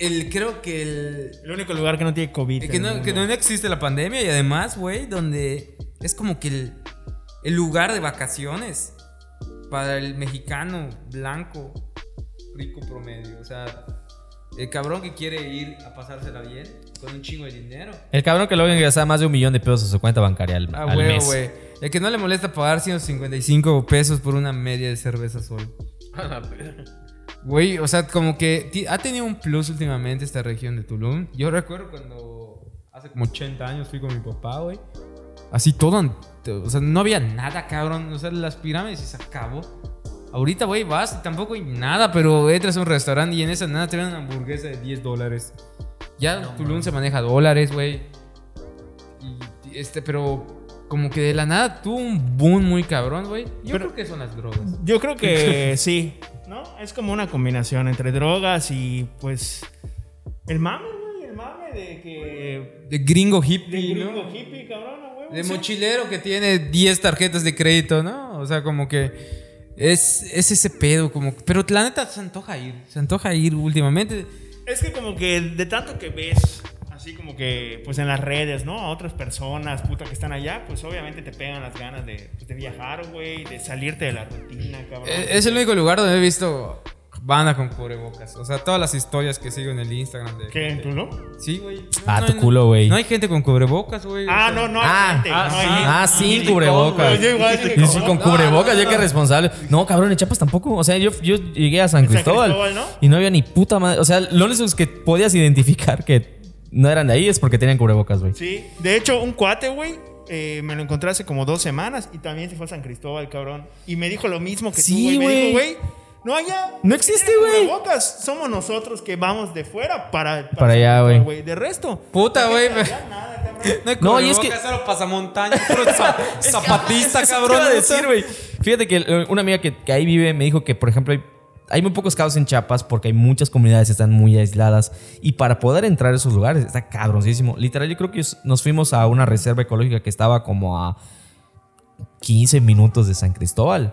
[SPEAKER 2] El, creo que el.
[SPEAKER 3] El único lugar que no tiene COVID.
[SPEAKER 2] Que
[SPEAKER 3] en el
[SPEAKER 2] no, que
[SPEAKER 3] mundo.
[SPEAKER 2] no existe la pandemia y además, güey, donde es como que el, el lugar de vacaciones para el mexicano blanco, rico promedio. O sea, el cabrón que quiere ir a pasársela bien con un chingo de dinero.
[SPEAKER 4] El cabrón que logra ingresar más de un millón de pesos a su cuenta bancaria al,
[SPEAKER 2] Ah,
[SPEAKER 4] al
[SPEAKER 2] güey,
[SPEAKER 4] mes.
[SPEAKER 2] güey. El que no le molesta pagar 155 pesos por una media de cerveza sol.
[SPEAKER 5] A la verga.
[SPEAKER 2] Güey, o sea, como que ti- ha tenido un plus últimamente esta región de Tulum. Yo recuerdo cuando hace como 80 años fui con mi papá, güey. Así todo, an- o sea, no había nada, cabrón. O sea, las pirámides y se acabó. Ahorita, güey, vas y tampoco hay nada, pero entras a un restaurante y en esa nada te ven una hamburguesa de 10 dólares. Ya Tulum se maneja dólares, güey. Y, este, pero como que de la nada tuvo un boom muy cabrón, güey. Yo
[SPEAKER 3] Pero-
[SPEAKER 2] creo que son las drogas.
[SPEAKER 3] Yo creo que sí. ¿No? Es como una combinación entre drogas y pues. El mame, güey. El mame de que.
[SPEAKER 2] De gringo hippie,
[SPEAKER 3] De
[SPEAKER 2] ¿no?
[SPEAKER 3] gringo hippie, cabrón, a huevo.
[SPEAKER 2] De
[SPEAKER 3] Sí.
[SPEAKER 2] mochilero que tiene 10 tarjetas de crédito, ¿no? O sea, como que Es, es ese pedo, como. Pero la neta se antoja ir. Se antoja ir últimamente.
[SPEAKER 3] Es que como que de tanto que ves, así como que pues en las redes, ¿no? A otras personas, puta, que están allá, pues obviamente te pegan las ganas de, pues, de viajar, güey, de salirte de la rutina, cabrón.
[SPEAKER 2] Eh, Es el único lugar donde he visto banda con cubrebocas. O sea, todas las historias que sigo en el Instagram. De,
[SPEAKER 3] ¿Qué? ¿En Tulum?
[SPEAKER 2] Sí, güey. No,
[SPEAKER 4] Ah,
[SPEAKER 2] no
[SPEAKER 4] tu
[SPEAKER 2] hay-
[SPEAKER 4] culo, güey.
[SPEAKER 2] No hay gente con cubrebocas, güey. o
[SPEAKER 3] Ah,
[SPEAKER 2] sea,
[SPEAKER 3] no, no.
[SPEAKER 4] Ah,
[SPEAKER 3] gente,
[SPEAKER 5] ah, sí.
[SPEAKER 3] no, gente.
[SPEAKER 4] Ah, sin cubrebocas.
[SPEAKER 3] Yo igual dije,
[SPEAKER 4] Y sí,
[SPEAKER 3] ¿cómo?
[SPEAKER 4] con cubrebocas, ya que responsable. No, cabrón, en Chiapas tampoco. O sea, yo, yo llegué a San
[SPEAKER 3] San
[SPEAKER 4] Cristóbal,
[SPEAKER 3] Cristóbal, ¿no?
[SPEAKER 4] y no había ni puta madre. O sea, lo único que podías identificar que no eran de ahí es porque tenían cubrebocas, güey.
[SPEAKER 3] Sí, de hecho, un cuate, güey, eh, me lo encontré hace como dos semanas y también se fue a San Cristóbal, cabrón. Y me dijo lo mismo que
[SPEAKER 4] Sí,
[SPEAKER 3] tú, güey. Me dijo,
[SPEAKER 4] güey.
[SPEAKER 3] güey, no allá.
[SPEAKER 4] No existe,
[SPEAKER 3] tienen
[SPEAKER 4] güey.
[SPEAKER 3] cubrebocas. Somos nosotros que vamos de fuera para,
[SPEAKER 4] Para
[SPEAKER 3] San
[SPEAKER 4] allá,
[SPEAKER 3] Cristóbal,
[SPEAKER 4] güey.
[SPEAKER 3] De resto.
[SPEAKER 2] Puta, güey.
[SPEAKER 3] No
[SPEAKER 2] me-
[SPEAKER 3] allá nada, cabrón.
[SPEAKER 2] No hay
[SPEAKER 4] No,
[SPEAKER 2] no,
[SPEAKER 4] y es
[SPEAKER 2] que... solo pasamontañas, puro za- zapatista, cabrón.
[SPEAKER 4] Eso te iba
[SPEAKER 2] puta.
[SPEAKER 4] a decir, güey. Fíjate que eh, una amiga que, que ahí vive me dijo que, por ejemplo, hay, hay muy pocos caos en Chiapas porque hay muchas comunidades que están muy aisladas. Y para poder entrar a esos lugares está cabroncísimo. Literal, yo creo que es- nos fuimos a una reserva ecológica que estaba como a 15 minutos de San Cristóbal.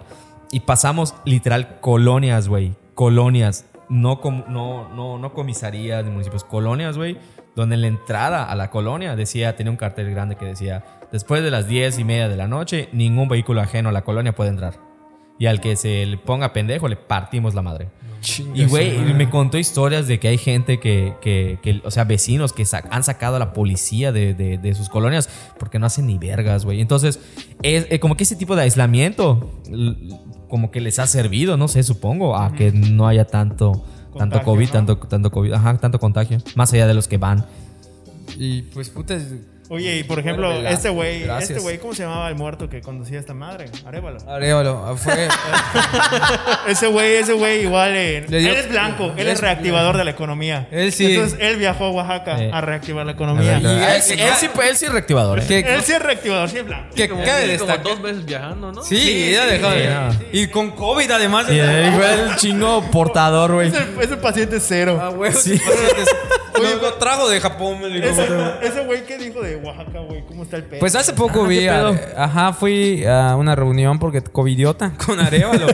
[SPEAKER 4] Y pasamos literal colonias, güey. Colonias. No, com- no, no, no comisarías de municipios, colonias, güey. Donde en la entrada a la colonia decía, tenía un cartel grande que decía, después de las 10 y media de la noche, ningún vehículo ajeno a la colonia puede entrar. Y al que se le ponga pendejo, le partimos la madre. Y, güey, me contó historias de que hay gente que, que, que, o sea, vecinos que sa- han sacado a la policía de, de- de sus colonias porque no hacen ni vergas, güey. Entonces, es, eh, como que ese tipo de aislamiento, l- como que les ha servido, no sé, supongo, a que no haya tanto, tanto
[SPEAKER 3] Contagio,
[SPEAKER 4] COVID,
[SPEAKER 3] ¿no?
[SPEAKER 4] tanto, tanto COVID, ajá, tanto contagio, más allá de los que van.
[SPEAKER 2] Y pues, puta. es-
[SPEAKER 3] Oye, y por ejemplo,
[SPEAKER 2] Vuélvela.
[SPEAKER 3] este güey,
[SPEAKER 2] Gracias. Ah.
[SPEAKER 3] este güey, ¿cómo se llamaba el muerto que conducía esta madre? Arevalo.
[SPEAKER 2] Arévalo, fue.
[SPEAKER 3] Ese güey, ese güey igual. eh,
[SPEAKER 2] Le dio-
[SPEAKER 3] él es blanco, él
[SPEAKER 2] le-
[SPEAKER 3] es reactivador de la economía.
[SPEAKER 2] Él sí.
[SPEAKER 3] Entonces él viajó a Oaxaca
[SPEAKER 4] Eh.
[SPEAKER 3] a reactivar la
[SPEAKER 4] Ah,
[SPEAKER 3] economía.
[SPEAKER 2] Y
[SPEAKER 4] él,
[SPEAKER 2] él-
[SPEAKER 4] sí- él sí, él sí es reactivador. eh.
[SPEAKER 2] que,
[SPEAKER 3] Él sí es reactivador, sí es blanco.
[SPEAKER 2] que
[SPEAKER 5] Como,
[SPEAKER 2] cabe
[SPEAKER 5] como
[SPEAKER 2] destacar.
[SPEAKER 5] dos veces viajando, ¿no?
[SPEAKER 2] Sí, ya dejó de-
[SPEAKER 4] sí, no.
[SPEAKER 2] Y con COVID, además.
[SPEAKER 4] Y él fue el chingo portador, güey.
[SPEAKER 3] Es el, es el paciente cero.
[SPEAKER 2] Ah, güey.
[SPEAKER 4] Sí.
[SPEAKER 2] Oye, lo trago de Japón, me dijo.
[SPEAKER 3] Ese ese güey que dijo de Oaxaca, güey, ¿cómo está el pedo?
[SPEAKER 2] Pues hace poco
[SPEAKER 4] Ah,
[SPEAKER 2] vi,
[SPEAKER 4] ¿qué
[SPEAKER 2] a-
[SPEAKER 4] pedo?
[SPEAKER 2] ajá, fui a una reunión porque covidiota con Arevalo.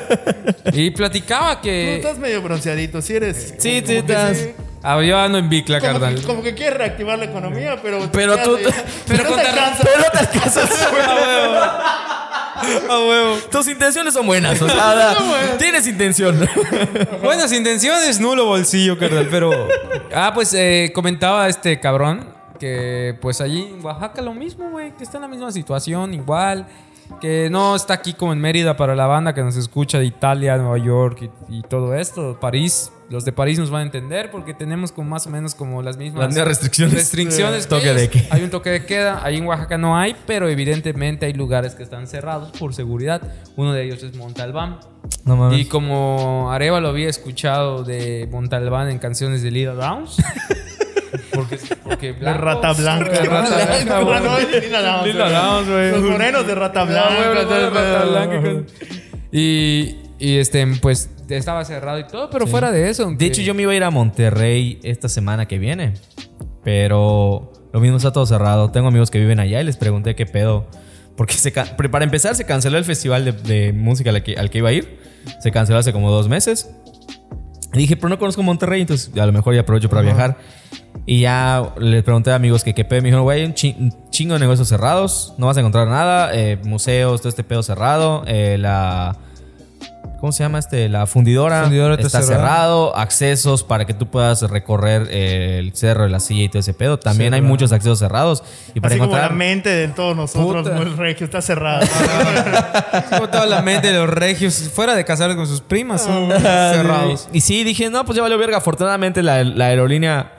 [SPEAKER 2] y platicaba
[SPEAKER 3] Tú
[SPEAKER 2] que
[SPEAKER 3] estás medio bronceadito, si eres.
[SPEAKER 4] Sí,
[SPEAKER 3] como
[SPEAKER 4] sí,
[SPEAKER 3] que
[SPEAKER 4] estás.
[SPEAKER 3] sí,
[SPEAKER 2] Ah, yo ando en bicla,
[SPEAKER 3] Como
[SPEAKER 2] carnal.
[SPEAKER 3] que, como que quieres reactivar la economía, pero.
[SPEAKER 4] Pero
[SPEAKER 3] ya
[SPEAKER 4] tú-
[SPEAKER 3] sé,
[SPEAKER 2] pero
[SPEAKER 3] no
[SPEAKER 2] con
[SPEAKER 3] te
[SPEAKER 2] tar-
[SPEAKER 3] alcanza.
[SPEAKER 4] Pero no te alcanzas.
[SPEAKER 2] A huevo. A huevo.
[SPEAKER 4] Tus intenciones son buenas, o sea, da- tienes intención.
[SPEAKER 2] Buenas intenciones, nulo bolsillo, carnal, pero... Ah, pues eh, comentaba este cabrón que pues allí en Oaxaca lo mismo, güey, que está en la misma situación, igual, que no está aquí como en Mérida para la banda que nos escucha de Italia, Nueva York y, y todo esto, París. Los de París nos van a entender porque tenemos como más o menos como las mismas...
[SPEAKER 4] Las mismas restricciones.
[SPEAKER 2] Restricciones.
[SPEAKER 4] Sí.
[SPEAKER 2] que
[SPEAKER 4] Toque de
[SPEAKER 2] ellos.
[SPEAKER 4] queda.
[SPEAKER 2] Hay un toque de queda. Ahí en Oaxaca no hay, pero evidentemente hay lugares que están cerrados por seguridad. Uno de ellos es Montalbán.
[SPEAKER 4] No
[SPEAKER 2] Y como Areva lo había escuchado de Montalbán en canciones de Lila Downs. porque, porque
[SPEAKER 3] De
[SPEAKER 2] blanco-
[SPEAKER 3] rata blanca.
[SPEAKER 2] De rata blanca,
[SPEAKER 3] Ah,
[SPEAKER 2] güey.
[SPEAKER 3] no, es de Lila Downs,
[SPEAKER 2] Lila
[SPEAKER 3] güey.
[SPEAKER 2] Downs, güey.
[SPEAKER 3] Los morenos de rata
[SPEAKER 2] Ah,
[SPEAKER 3] blanca.
[SPEAKER 2] güey,
[SPEAKER 3] todo
[SPEAKER 2] de
[SPEAKER 3] el
[SPEAKER 2] rata
[SPEAKER 3] pedo.
[SPEAKER 2] blanca, güey. Y, y este, pues estaba cerrado y todo, pero fuera de eso.
[SPEAKER 4] De hecho, yo me iba a ir a Monterrey esta semana que viene. Pero lo mismo está todo cerrado. Tengo amigos que viven allá y les pregunté qué pedo. Porque se ca- pre- para empezar, se canceló el festival de, de música al que, al que iba a ir. Se canceló hace como dos meses. Y dije, pero no conozco Monterrey, entonces a lo mejor ya aprovecho para viajar. Y ya les pregunté a amigos que qué pedo. Me dijeron, güey, hay un chi- un chingo de negocios cerrados. No vas a encontrar nada. eh, museos, todo este pedo cerrado. eh, la. ¿Cómo se llama este? La fundidora,
[SPEAKER 2] Fundidora está
[SPEAKER 4] está, cerrado. Accesos para que tú puedas recorrer eh, el cerro de la silla y todo ese pedo. También hay muchos accesos cerrados. Y para
[SPEAKER 3] Así como la
[SPEAKER 4] encontrar.
[SPEAKER 3] mente de todos nosotros,
[SPEAKER 2] Puta.
[SPEAKER 3] el regio, está cerrada.
[SPEAKER 2] Como toda la mente de los regios, fuera de casarse con sus primas, son
[SPEAKER 3] Ah,
[SPEAKER 2] cerrados.
[SPEAKER 4] Y sí, dije, no, pues ya valió verga. Afortunadamente la, la aerolínea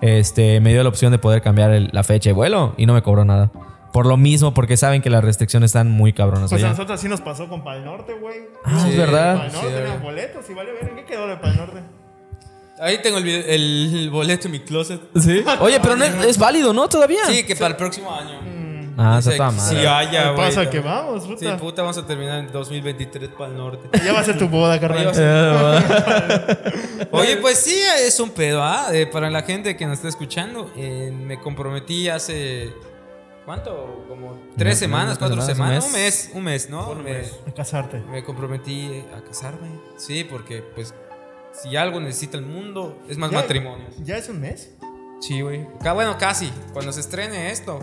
[SPEAKER 4] este, me dio la opción de poder cambiar el- la fecha de vuelo y no me cobró nada. Por lo mismo, porque saben que las restricciones están muy cabronas
[SPEAKER 3] Pues a
[SPEAKER 4] allá.
[SPEAKER 3] nosotros así nos pasó con Pal Norte, güey.
[SPEAKER 4] Ah, es
[SPEAKER 3] Pal
[SPEAKER 4] verdad.
[SPEAKER 3] Norte, teníamos boletos y vale ver en qué quedó el Pal Norte.
[SPEAKER 2] Ahí tengo el, video- el- el boleto en mi closet.
[SPEAKER 4] ¿Sí? Oye, pero no es, es válido, ¿no? Todavía.
[SPEAKER 2] Sí, que para el próximo año.
[SPEAKER 4] Ah,
[SPEAKER 2] O sea,
[SPEAKER 4] está toda
[SPEAKER 2] que
[SPEAKER 4] madre.
[SPEAKER 2] Sí, haya,
[SPEAKER 3] ¿Qué
[SPEAKER 2] güey.
[SPEAKER 3] pasa? Que vamos,
[SPEAKER 2] Sí,
[SPEAKER 3] puta.
[SPEAKER 2] puta, Mm. vamos a terminar en 2023 para el norte.
[SPEAKER 3] Ya va a ser tu boda,
[SPEAKER 2] Ahí va a
[SPEAKER 3] carnal.
[SPEAKER 4] ah.
[SPEAKER 2] ser- Oye, pues sí, es un pedo, ¿ah? Eh, para la gente que nos está escuchando, eh, me comprometí hace. ¿cuánto? Como tres
[SPEAKER 4] No,
[SPEAKER 2] semanas,
[SPEAKER 4] no,
[SPEAKER 2] cuatro
[SPEAKER 4] tres
[SPEAKER 2] semanas.
[SPEAKER 4] semanas,
[SPEAKER 2] Un
[SPEAKER 4] un
[SPEAKER 2] mes, un mes, ¿no? Me-
[SPEAKER 3] A casarte.
[SPEAKER 2] Me comprometí a casarme. Sí, porque pues si algo necesita el mundo, es más
[SPEAKER 3] Ya-
[SPEAKER 2] matrimonio.
[SPEAKER 3] ¿Ya es un mes?
[SPEAKER 2] Sí, güey. Ca- Bueno, casi. Cuando se estrene esto,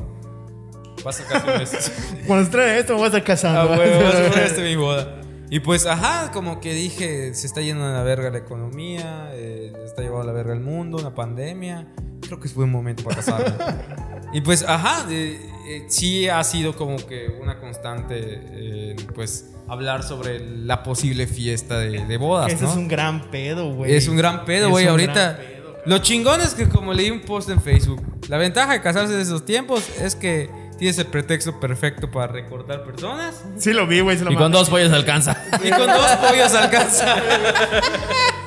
[SPEAKER 2] va a ser casi un mes.
[SPEAKER 3] Cuando estrene esto, me vas a casar.
[SPEAKER 2] Ah,
[SPEAKER 3] ¿no?
[SPEAKER 2] güey, vas a poner este mi boda. Y pues, ajá, como que dije, se está yendo a la verga la economía, eh, se está llevando a la verga el mundo, una pandemia. Creo que es buen momento para casarme. y pues, ajá, eh, eh, sí ha sido como que una constante, eh, pues, hablar sobre la posible fiesta de, de bodas,
[SPEAKER 3] Ese
[SPEAKER 2] ¿no?
[SPEAKER 3] es un gran pedo, güey.
[SPEAKER 2] Es un gran pedo,
[SPEAKER 3] Es
[SPEAKER 2] güey.
[SPEAKER 3] un
[SPEAKER 2] Ahorita.
[SPEAKER 3] gran pedo, cabrón.
[SPEAKER 2] Lo chingón es que, como leí un post en Facebook, la ventaja de casarse en esos tiempos es que tienes el pretexto perfecto para recortar personas.
[SPEAKER 3] Sí lo vi, güey. se lo
[SPEAKER 1] Y con
[SPEAKER 3] mandé.
[SPEAKER 1] dos pollos alcanza.
[SPEAKER 2] Y con dos pollos alcanza.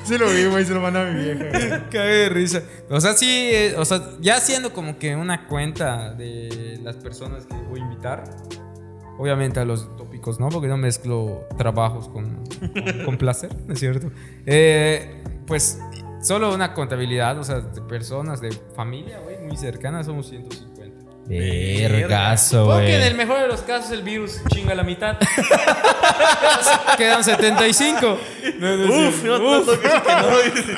[SPEAKER 3] Sí lo vi, güey. Se lo mandó a mi vieja. güey.
[SPEAKER 2] Cabe de risa. O sea, sí, eh, o sea, ya haciendo como que una cuenta de las personas que voy a invitar. Obviamente a los tópicos, ¿no? Porque no mezclo trabajos con, con, con placer, ¿no es cierto? Eh, pues solo una contabilidad, o sea, de personas, de familia, güey, muy cercana, somos 150.
[SPEAKER 4] Vergazo,
[SPEAKER 2] Porque Pues en
[SPEAKER 4] güey.
[SPEAKER 2] el mejor de los casos el virus chinga la mitad. Quedan 75. No, no es cierto.
[SPEAKER 3] Uf, no, no toques que no. dice.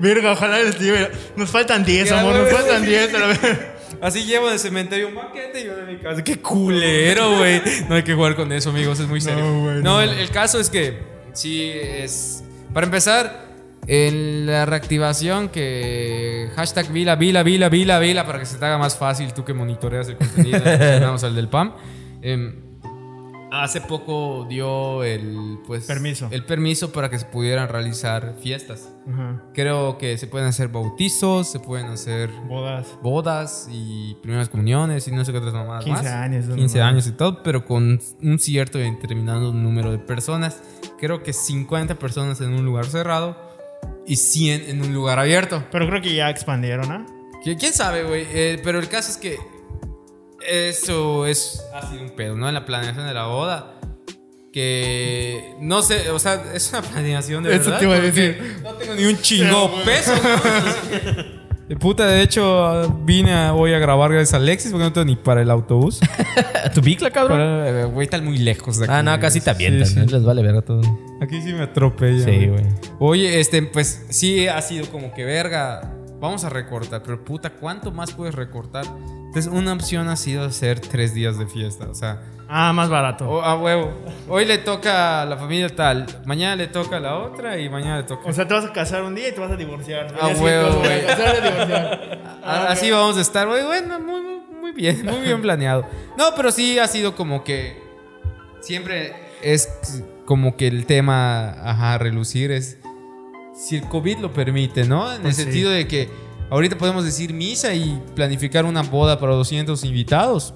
[SPEAKER 3] Verga, ojalá les diga. Nos faltan 10,
[SPEAKER 2] Ya,
[SPEAKER 3] amor. Nos
[SPEAKER 2] güey.
[SPEAKER 3] faltan 10. a la verga.
[SPEAKER 2] Así llevo del cementerio un banquete y yo de mi casa. ¡Qué culero, güey! No hay que jugar con eso, amigos, es muy serio. No,
[SPEAKER 3] güey,
[SPEAKER 2] el, el caso es que sí es. Para empezar, en la reactivación que. Hashtag vila, vila, vila, vila, vila, para que se te haga más fácil tú que monitoreas el contenido. Vamos al del PAM. Em, hace poco dio el. Pues,
[SPEAKER 3] Permiso.
[SPEAKER 2] El permiso para que se pudieran realizar fiestas.
[SPEAKER 3] Ajá.
[SPEAKER 2] Creo que se pueden hacer bautizos, se pueden hacer
[SPEAKER 3] Bodas.
[SPEAKER 2] bodas y primeras comuniones y no sé qué otras mamadas
[SPEAKER 3] 15
[SPEAKER 2] más.
[SPEAKER 3] años. ¿no?
[SPEAKER 2] 15 años y todo, pero con un cierto y determinado número de personas. Creo que 50 personas en un lugar cerrado y 100 en un lugar abierto.
[SPEAKER 3] Pero creo que ya expandieron, ¿ah?
[SPEAKER 2] ¿Qui- ¿Quién sabe, güey? Eh, pero el caso es que eso es, ha sido un pedo, ¿no? En la planeación de la boda. Que no sé, o sea, es una planeación de
[SPEAKER 3] Eso
[SPEAKER 2] verdad.
[SPEAKER 3] te iba a
[SPEAKER 2] porque
[SPEAKER 3] decir.
[SPEAKER 2] No tengo ni un chingo peso. ¿no? De puta, de hecho, vine a- hoy a grabar gracias a Alexis porque no tengo ni para el autobús.
[SPEAKER 4] ¿Tu bicla, cabrón?
[SPEAKER 2] Pero, eh, Güey, están muy lejos de aquí.
[SPEAKER 4] Ah, no, casi te avientan.
[SPEAKER 2] Sí, sí.
[SPEAKER 4] ¿no? Les vale verga todo.
[SPEAKER 2] Aquí sí me atropella.
[SPEAKER 4] Sí, güey.
[SPEAKER 2] Oye, este, pues sí ha sido como que verga. Vamos a recortar, pero puta, ¿cuánto más puedes recortar? Entonces, una opción ha sido hacer tres días de fiesta. O sea,
[SPEAKER 3] Ah, más barato.
[SPEAKER 2] o- a huevo. Hoy le toca a la familia tal, mañana le toca a la otra y mañana le toca.
[SPEAKER 3] O sea, te vas a casar un día y te vas a divorciar. Al
[SPEAKER 2] Ah,
[SPEAKER 3] día siguiente
[SPEAKER 2] huevo,
[SPEAKER 3] vas a
[SPEAKER 2] güey.
[SPEAKER 3] casar y a divorciar.
[SPEAKER 2] A- Ah, así vamos a estar, güey. Bueno, muy, muy, muy bien, muy bien planeado. No, pero sí ha sido como que. Siempre es como que el tema ajá, a relucir es. Si el COVID lo permite, ¿no? En
[SPEAKER 3] Pues sí.
[SPEAKER 2] el sentido de que ahorita podemos decir misa y planificar una boda para 200 invitados.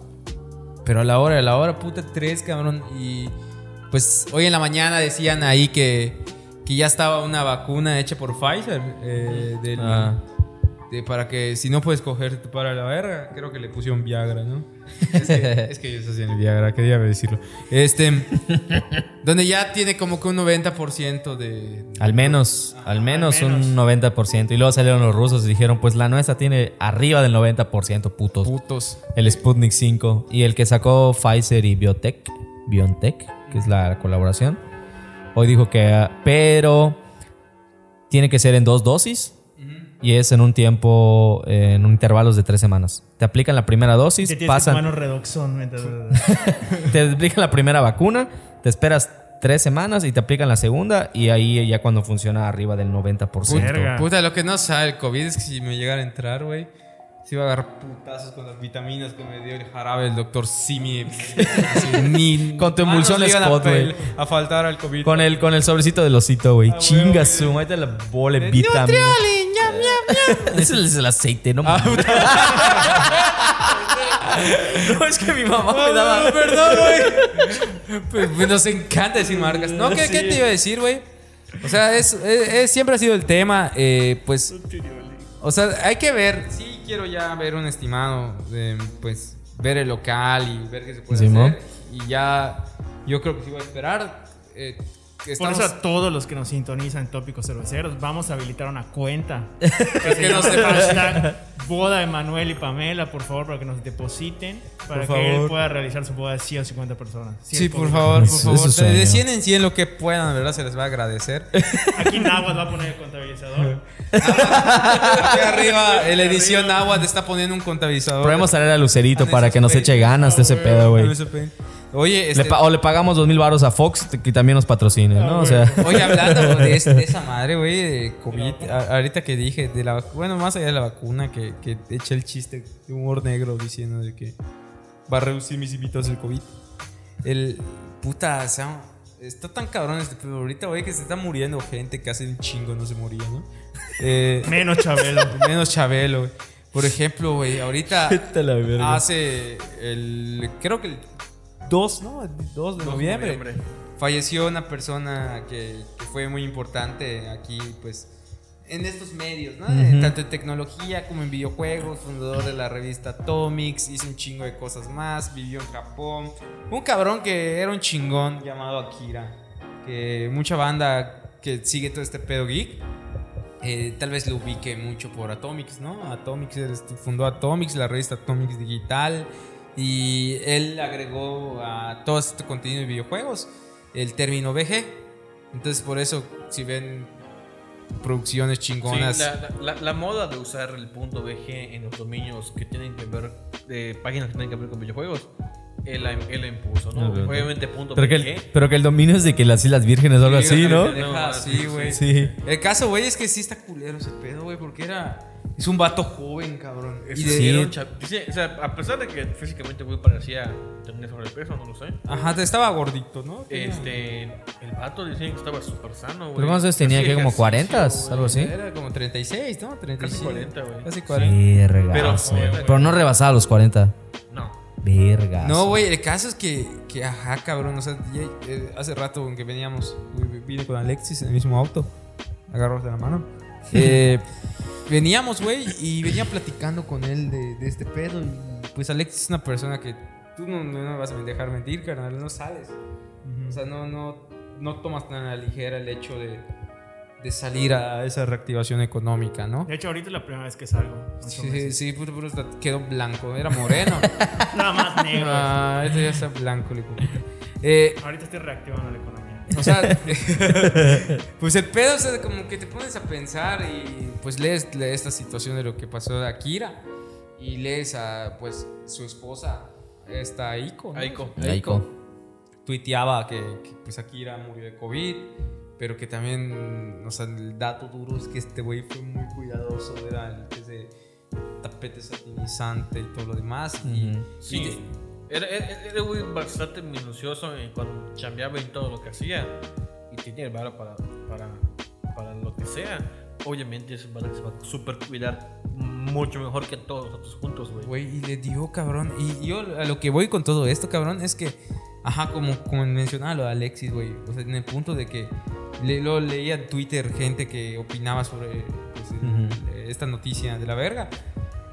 [SPEAKER 2] Pero a la hora, a la hora, puta, tres, cabrón. Y pues hoy en la mañana decían ahí que, que ya estaba una vacuna hecha por Pfizer eh, del-
[SPEAKER 4] Ah.
[SPEAKER 2] de- para que si no puedes coger te para la verga. Creo que le pusieron Viagra, ¿no? Es que, es que ellos hacían el Viagra, quería decirlo. Este, donde ya tiene como que un 90% de...
[SPEAKER 4] Al menos, al menos un 90%. Y luego salieron los rusos y dijeron, pues la nuestra tiene arriba del 90%, putos.
[SPEAKER 2] Putos.
[SPEAKER 4] El Sputnik 5 y el que sacó Pfizer y Biotech, BioNTech, que es la colaboración. Hoy dijo que, ah, pero tiene que ser en dos dosis y es en un tiempo, eh, en un intervalos de tres semanas. Te aplican la primera
[SPEAKER 3] Te
[SPEAKER 4] dosis,
[SPEAKER 3] tienes que
[SPEAKER 4] pasan,
[SPEAKER 3] tomar un redoxón. mientras-
[SPEAKER 4] te aplican la primera vacuna, te esperas tres semanas y te aplican la segunda y ahí ya cuando funciona arriba del 90%.
[SPEAKER 3] Verga.
[SPEAKER 2] Puta, lo que no sabe el COVID es que si me llegara a entrar, güey, se iba a agarrar putazos con las vitaminas que me dio el jarabe el doctor Simi. Así, ni
[SPEAKER 4] Con tu
[SPEAKER 2] manos
[SPEAKER 4] emulsión
[SPEAKER 2] le iban a
[SPEAKER 4] Scott, güey.
[SPEAKER 2] pel- A faltar al COVID.
[SPEAKER 4] Con el, con el sobrecito del osito, güey.
[SPEAKER 2] Ah,
[SPEAKER 4] Chinga
[SPEAKER 2] güey,
[SPEAKER 4] su madre la bola de
[SPEAKER 2] Eh,
[SPEAKER 4] vitamina.
[SPEAKER 2] Nutrioli, ñam, ñam, ñam. Ah,
[SPEAKER 4] Ese es el aceite, no mames. No, es que mi mamá me daba.
[SPEAKER 2] Ah, Perdón, güey. Pues, pues, nos encanta decir marcas. No, ¿qué, qué te iba a decir, güey? O sea, es, es- es- siempre ha sido el tema, eh, pues... O sea, hay que ver. Sí, quiero ya ver un estimado. de, pues ver el local y ver qué se puede
[SPEAKER 4] Simón.
[SPEAKER 2] hacer. Y ya, yo creo que sí voy a esperar. eh, estamos-
[SPEAKER 3] Por eso a todos los que nos sintonizan en Tópicos Cerveceros, vamos a habilitar una cuenta.
[SPEAKER 2] Es que no se
[SPEAKER 3] Hashtag boda de Manuel y Pamela, por favor, para que nos depositen, para
[SPEAKER 2] Por
[SPEAKER 3] que él
[SPEAKER 2] favor.
[SPEAKER 3] pueda realizar su boda de 150 personas.
[SPEAKER 2] Sí, por
[SPEAKER 3] Tópicos.
[SPEAKER 2] favor, por
[SPEAKER 4] Eso-
[SPEAKER 2] favor.
[SPEAKER 4] eso
[SPEAKER 2] De- De
[SPEAKER 4] sueño.
[SPEAKER 2] 100 en 100 lo que puedan, ¿verdad? Se les va a agradecer.
[SPEAKER 3] Aquí Nahuatl va a poner el contabilizador.
[SPEAKER 2] Aquí arriba, la edición Agua te está poniendo un contabilizador.
[SPEAKER 4] Podemos traer a Lucerito
[SPEAKER 2] Ah,
[SPEAKER 4] para
[SPEAKER 2] ese
[SPEAKER 4] que nos
[SPEAKER 2] güey.
[SPEAKER 4] eche ganas de ese pedo, güey.
[SPEAKER 2] Oye,
[SPEAKER 4] Le
[SPEAKER 2] Ah, este, Ah,
[SPEAKER 4] pa- o le pagamos dos mil baros a Fox que también nos patrocine, ¿no? O sea,
[SPEAKER 2] oye, hablando de, es- de esa madre, güey, de COVID, a- ahorita que dije, de la vacu- bueno, más allá de la vacuna, que, que eché el chiste de humor negro diciendo de que va a reducir mis invitados el COVID. El puta, o sea, está tan cabrón este pedo. Ahorita, güey, que se está muriendo gente que hace un chingo no se moría, ¿no? Eh,
[SPEAKER 3] Menos Chabelo.
[SPEAKER 2] menos Chabelo, güey. Por ejemplo, güey, ahorita
[SPEAKER 4] Vete a la verga.
[SPEAKER 2] hace el. Creo que el 2, ¿no? El 2 de noviembre. Falleció una persona que, que fue muy importante aquí, pues. En estos medios, ¿no?
[SPEAKER 4] Ujú.
[SPEAKER 2] Tanto en tecnología como en videojuegos, fundador de la revista Atomics, hizo un chingo de cosas más, vivió en Japón. Un cabrón que era un chingón llamado Akira, que mucha banda que sigue todo este pedo geek, eh, tal vez lo ubique mucho por Atomics, ¿no? Atomics este, fundó Atomics, la revista Atomics Digital, y él agregó a todo este contenido de videojuegos el término BG. Entonces, por eso, si ven producciones
[SPEAKER 5] Sí,
[SPEAKER 2] chingonas.
[SPEAKER 5] la, la- la- la moda de usar el punto BG en los dominios que tienen que ver, de páginas que tienen que ver con videojuegos, él la, él la impuso, ¿no?
[SPEAKER 4] Ah, pero-
[SPEAKER 5] Obviamente punto
[SPEAKER 4] pero, que
[SPEAKER 5] BG.
[SPEAKER 4] el, pero que el dominio es de que las Islas Vírgenes o algo
[SPEAKER 2] Sí,
[SPEAKER 4] así, ¿no?
[SPEAKER 2] te
[SPEAKER 3] Ah,
[SPEAKER 2] deja así, güey.
[SPEAKER 4] Sí.
[SPEAKER 2] El caso, güey, es que sí está culero ese pedo, güey, porque era. Es un vato joven, cabrón.
[SPEAKER 5] Es
[SPEAKER 2] Y
[SPEAKER 5] que
[SPEAKER 2] de-
[SPEAKER 5] era un chap- sí, o sea, a pesar de que físicamente güey parecía tener sobrepeso, no lo sé.
[SPEAKER 2] Ajá, estaba gordito, ¿no?
[SPEAKER 5] Este, el vato decían que estaba súper sano, güey.
[SPEAKER 4] ¿Pero cuántos años tenía?
[SPEAKER 5] Hacía
[SPEAKER 4] ¿Qué, como
[SPEAKER 5] ejercicio,
[SPEAKER 4] 40?
[SPEAKER 5] güey.
[SPEAKER 4] ¿Algo así?
[SPEAKER 2] Era como 36, ¿no? 35.
[SPEAKER 5] Casi 40, güey.
[SPEAKER 2] Casi 40.
[SPEAKER 4] Verga.
[SPEAKER 5] Pero-
[SPEAKER 4] Pero, no rebasaba los 40.
[SPEAKER 5] No.
[SPEAKER 4] Verga.
[SPEAKER 2] No, güey, el caso es que, que ajá, cabrón. O sea, ya- eh, hace rato con que veníamos, güey, vine con Alexis en el mismo auto. Agarros de la mano. Eh, veníamos, güey, y venía platicando con él de, de este pedo. Y pues Alexis es una persona que tú no, no me vas a dejar mentir, carnal, no sales. O sea, no, no, no tomas tan a la ligera el hecho de, de salir a esa reactivación económica, ¿no?
[SPEAKER 3] De hecho, ahorita es la primera vez que salgo. ocho
[SPEAKER 2] Sí,
[SPEAKER 3] meses.
[SPEAKER 2] sí, puro, puro, hasta quedó blanco, era moreno.
[SPEAKER 3] Nada más negro.
[SPEAKER 2] ah, este ya está blanco, le eh,
[SPEAKER 3] Ahorita estoy reactivando la economía.
[SPEAKER 2] O sea, pues el pedo, o sea, como que te pones a pensar y pues lees, lees esta situación de lo que pasó de Akira y lees a pues su esposa, esta Aiko. ¿no?
[SPEAKER 5] Aiko.
[SPEAKER 4] Aiko.
[SPEAKER 2] Tuiteaba que, que, pues Akira murió de COVID, pero que también, o sea, el dato duro es que este güey fue muy cuidadoso, era el que se tapete satinizante y todo lo demás. y-
[SPEAKER 4] Ujú.
[SPEAKER 2] y
[SPEAKER 5] Sí. Era, era, era un güey bastante minucioso en cuando chambeaba en todo lo que hacía. Y tenía el vara para, para, para lo que sea. Obviamente ese vara se va a super cuidar mucho mejor que todos nosotros juntos, güey.
[SPEAKER 2] Güey, y le dio, cabrón. Y yo a lo que voy con todo esto, cabrón, es que, ajá, como, como mencionaba lo de Alexis, güey. O sea, en el punto de que le, lo leía en Twitter gente que opinaba sobre pues, el- esta noticia de la verga.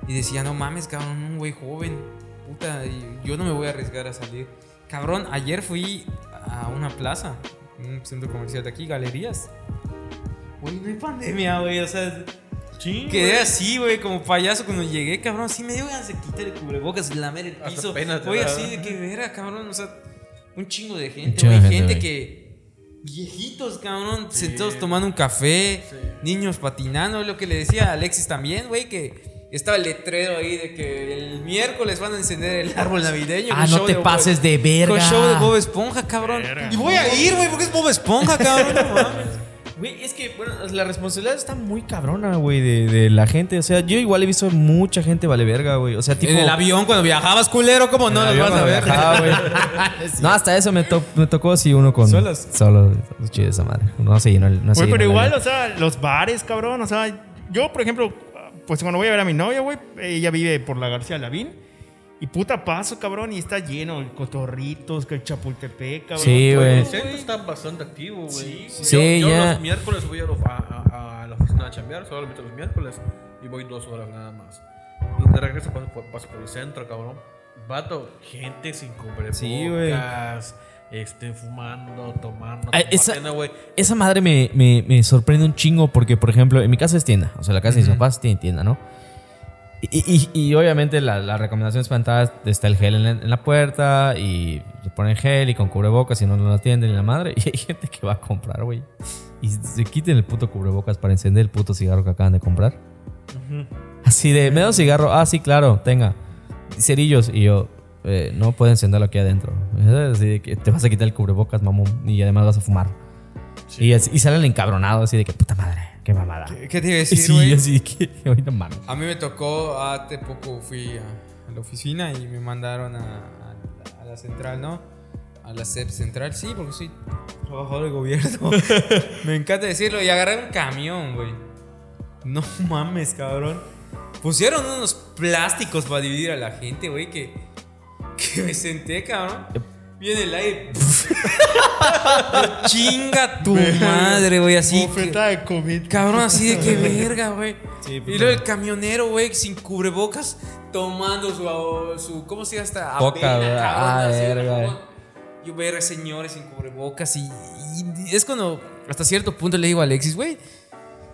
[SPEAKER 2] Y decía, no mames, cabrón, un güey joven. Puta, y yo no me voy a arriesgar a salir. Cabrón, ayer fui a una plaza, un centro comercial de aquí, galerías. Güey, no hay pandemia, güey. O sea,
[SPEAKER 5] Sí.
[SPEAKER 2] Quedé así, güey, como payaso cuando llegué, cabrón. Así me dio ganas de quitar el cubrebocas y lamer el
[SPEAKER 5] Hasta
[SPEAKER 2] piso.
[SPEAKER 5] pena te
[SPEAKER 2] Güey,
[SPEAKER 5] da.
[SPEAKER 2] así de que verga, cabrón. O sea, un chingo de gente,
[SPEAKER 4] chingo
[SPEAKER 2] güey.
[SPEAKER 4] de
[SPEAKER 2] Gente,
[SPEAKER 4] gente, güey.
[SPEAKER 2] que. Viejitos, cabrón,
[SPEAKER 5] Sí.
[SPEAKER 2] sentados tomando un café,
[SPEAKER 5] Sí.
[SPEAKER 2] niños patinando, es lo que le decía a Alexis también, güey, que estaba el letrero ahí de que el miércoles van a encender el árbol navideño.
[SPEAKER 4] Ah,
[SPEAKER 2] con
[SPEAKER 4] no
[SPEAKER 2] show
[SPEAKER 4] te
[SPEAKER 2] Bob-
[SPEAKER 4] pases de verga.
[SPEAKER 2] Con show de Bob Esponja, cabrón.
[SPEAKER 3] Verga.
[SPEAKER 2] Y voy a ir, güey, porque es Bob Esponja, cabrón. no mames.
[SPEAKER 4] Güey, es que, bueno, la responsabilidad está muy cabrona, güey, de, de la gente. O sea, yo igual he visto mucha gente vale verga, güey. O sea, tipo.
[SPEAKER 2] en el avión cuando viajabas, culero, ¿cómo
[SPEAKER 4] en
[SPEAKER 2] no
[SPEAKER 4] el
[SPEAKER 2] los
[SPEAKER 4] avión
[SPEAKER 2] vas a
[SPEAKER 4] cuando
[SPEAKER 2] ver?
[SPEAKER 4] viajaba, güey. no, hasta eso me, to- me tocó así uno con.
[SPEAKER 2] ¿Solos?
[SPEAKER 4] Solo, güey. chido esa madre. No se llenó el. No se
[SPEAKER 3] Güey,
[SPEAKER 4] llenó
[SPEAKER 3] pero
[SPEAKER 4] el
[SPEAKER 3] igual,
[SPEAKER 4] avión.
[SPEAKER 3] o sea, los bares, cabrón. O sea, yo, por ejemplo, pues cuando voy a ver a mi novia, güey, ella vive por la García Lavín. Y puta paso, cabrón, y está lleno de cotorritos, que el Chapultepec, cabrón.
[SPEAKER 4] Sí, güey.
[SPEAKER 5] El
[SPEAKER 3] pues, ¿eh?
[SPEAKER 5] centro está bastante activo, güey.
[SPEAKER 4] Sí,
[SPEAKER 5] yo, yo
[SPEAKER 4] ya.
[SPEAKER 5] los miércoles voy a, lo- a- a- a la oficina a chambear, solamente los miércoles, y voy dos horas nada más. Y de regreso paso por, paso por el centro, cabrón. Vato, gente sin cubrebocas.
[SPEAKER 4] Sí, güey.
[SPEAKER 5] este, fumando, tomando,
[SPEAKER 4] Ah, esa-
[SPEAKER 5] compartiendo, güey.
[SPEAKER 4] Esa madre me, me- me sorprende un chingo porque, por ejemplo, en mi casa es tienda. O sea, la casa de mis papás tiene tienda, ¿no? Y, y- y obviamente la- las recomendaciones plantadas está el gel en la, en la puerta y le ponen gel y con cubrebocas y no lo atienden ni la madre. Y hay gente que va a comprar, güey. Y se quiten el puto cubrebocas para encender el puto cigarro que acaban de comprar. Así de, me da un cigarro. Ah, sí, claro, tenga. Cerillos. Y yo, "Eh, no puedo encenderlo aquí adentro. Así de que te vas a quitar el cubrebocas, mamón. Y además vas a fumar. Y, así- y salen encabronados así de que puta madre, qué mamada.
[SPEAKER 2] ¿Qué, qué te iba a
[SPEAKER 4] Y
[SPEAKER 2] decir,
[SPEAKER 4] sí,
[SPEAKER 2] güey?
[SPEAKER 4] así que hoy no mames.
[SPEAKER 2] A mí me tocó, hace poco fui a, a la oficina y me mandaron a, a- a la central, ¿no? A la CEP central, sí, porque soy trabajador del gobierno. me encanta decirlo. Y agarraron un camión, güey. No mames, cabrón. Pusieron unos plásticos para dividir a la gente, güey, que, que me senté, cabrón. Viene el aire. Chinga tu madre, güey, así. que-
[SPEAKER 3] Bofetada de COVID.
[SPEAKER 2] Cabrón, así de que verga, güey.
[SPEAKER 4] pues,
[SPEAKER 2] y luego el camionero, güey, sin cubrebocas, tomando su, su ¿cómo se llama? Hasta
[SPEAKER 4] Coca, güey. Ah,
[SPEAKER 2] así,
[SPEAKER 4] verga.
[SPEAKER 2] cabrón. Yo ver señores sin cubrebocas y, y es cuando hasta cierto punto le digo a Alexis, güey,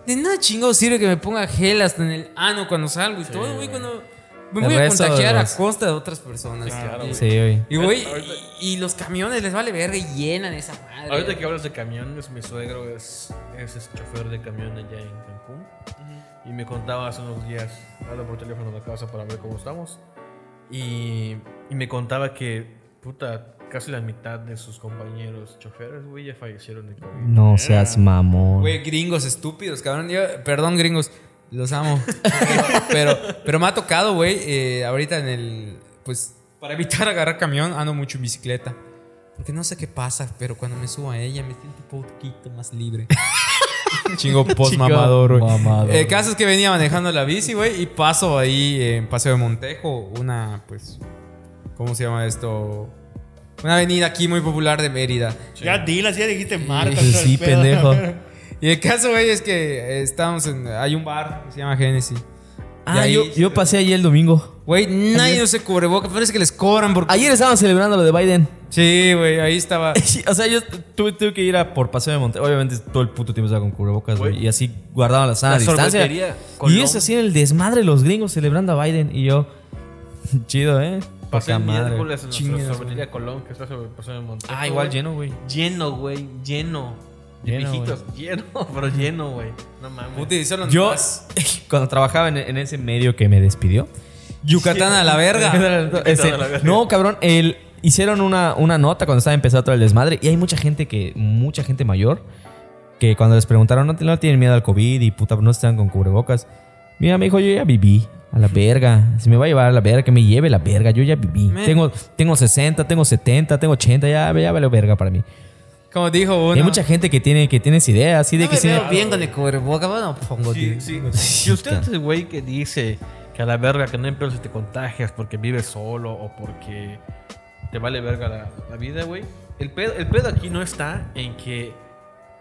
[SPEAKER 2] de nada chingado sirve que me ponga gel hasta en el ano cuando salgo y todo, güey, cuando me
[SPEAKER 4] El
[SPEAKER 2] voy a
[SPEAKER 4] resto de
[SPEAKER 2] contagiar
[SPEAKER 4] los-
[SPEAKER 2] a costa de otras personas. cabrón.
[SPEAKER 4] Sí, güey.
[SPEAKER 2] Y, güey, y, y los camiones les vale verga y llenan esa madre.
[SPEAKER 5] Ahorita que hablas de camiones, mi suegro es, es, este chofer de camión allá en Cancún. Y me contaba hace unos días, hablo por teléfono a la casa para ver cómo estamos. Y, y me contaba que, puta, casi la mitad de sus compañeros choferes, güey, ya fallecieron de COVID.
[SPEAKER 4] No seas mamón.
[SPEAKER 2] Güey, gringos estúpidos, cabrón. Yo- perdón, gringos, los amo. pero, pero me ha tocado, güey, eh, ahorita en el. Pues para evitar agarrar camión, ando mucho en bicicleta. Porque no sé qué pasa, pero cuando me subo a ella me siento un poquito más libre. Chingo post mamador, güey. Eh,
[SPEAKER 4] Mamador.
[SPEAKER 2] El caso es que venía manejando la bici, güey, y paso ahí en Paseo de Montejo, una, pues, ¿cómo se llama esto? Una avenida aquí muy popular de Mérida.
[SPEAKER 3] Ya dilas, ya dijiste marca.
[SPEAKER 4] Sí,
[SPEAKER 3] todo el
[SPEAKER 4] sí,
[SPEAKER 3] pedo.
[SPEAKER 4] pendejo.
[SPEAKER 2] Y el caso, güey, es que estamos en. Hay un bar que se llama Genesis.
[SPEAKER 4] Ah,
[SPEAKER 2] Y ahí-
[SPEAKER 4] yo, yo pasé allí el domingo.
[SPEAKER 2] Güey, nadie se cubrebocas. Parece que les cobran porque.
[SPEAKER 4] Ayer estaban celebrando lo de Biden.
[SPEAKER 2] Sí, güey, ahí estaba.
[SPEAKER 4] o sea, yo tuve, tuve que ir a por Paseo de Monte. Obviamente todo el puto tiempo estaba con cubrebocas, güey. Y así guardaban la sana
[SPEAKER 5] La
[SPEAKER 4] distancia.
[SPEAKER 5] sorbetería, Colón.
[SPEAKER 4] Y eso así en el desmadre los gringos celebrando a Biden. Y yo, chido, ¿eh?
[SPEAKER 5] Pasé
[SPEAKER 4] Poca
[SPEAKER 5] el
[SPEAKER 4] madre.
[SPEAKER 5] miércoles en
[SPEAKER 4] Chingas,
[SPEAKER 5] nuestra
[SPEAKER 4] güey.
[SPEAKER 5] sorbetería Colón, que está sobre el paseo de Montejo,
[SPEAKER 4] Ah, igual
[SPEAKER 5] güey.
[SPEAKER 4] lleno, güey.
[SPEAKER 5] Lleno, güey, lleno. De
[SPEAKER 4] Lleno,
[SPEAKER 5] viejitos, lleno, pero lleno, güey. No mames.
[SPEAKER 2] Puta, y solo
[SPEAKER 4] Yo,
[SPEAKER 2] nomás.
[SPEAKER 4] cuando trabajaba en, en ese medio que me despidió.
[SPEAKER 2] Yucatán a la verga.
[SPEAKER 4] Ese-
[SPEAKER 5] a la verga.
[SPEAKER 4] no, cabrón, el, hicieron una, una nota cuando estaba empezando todo el desmadre y hay mucha gente que, mucha gente mayor, que cuando les preguntaron, no, no tienen miedo al COVID y puta, no están con cubrebocas. Mira, me dijo, yo ya viví. A la verga. Si me va a llevar a la verga, que me lleve la verga. Yo ya viví.
[SPEAKER 2] Me-
[SPEAKER 4] Tengo, tengo 60, tengo 70, tengo 80. Ya, ya vale verga para mí.
[SPEAKER 2] Como dijo uno.
[SPEAKER 4] Y hay mucha gente que tiene, que tiene esa idea así de que... sí-
[SPEAKER 2] bien con el cubrebocas, bueno, pongo.
[SPEAKER 5] Sí, sí. Si usted es el güey que dice que a la verga que no empiezas si te contagias porque vives solo o porque te vale verga la, la vida, güey. El pedo, el pedo aquí no está en que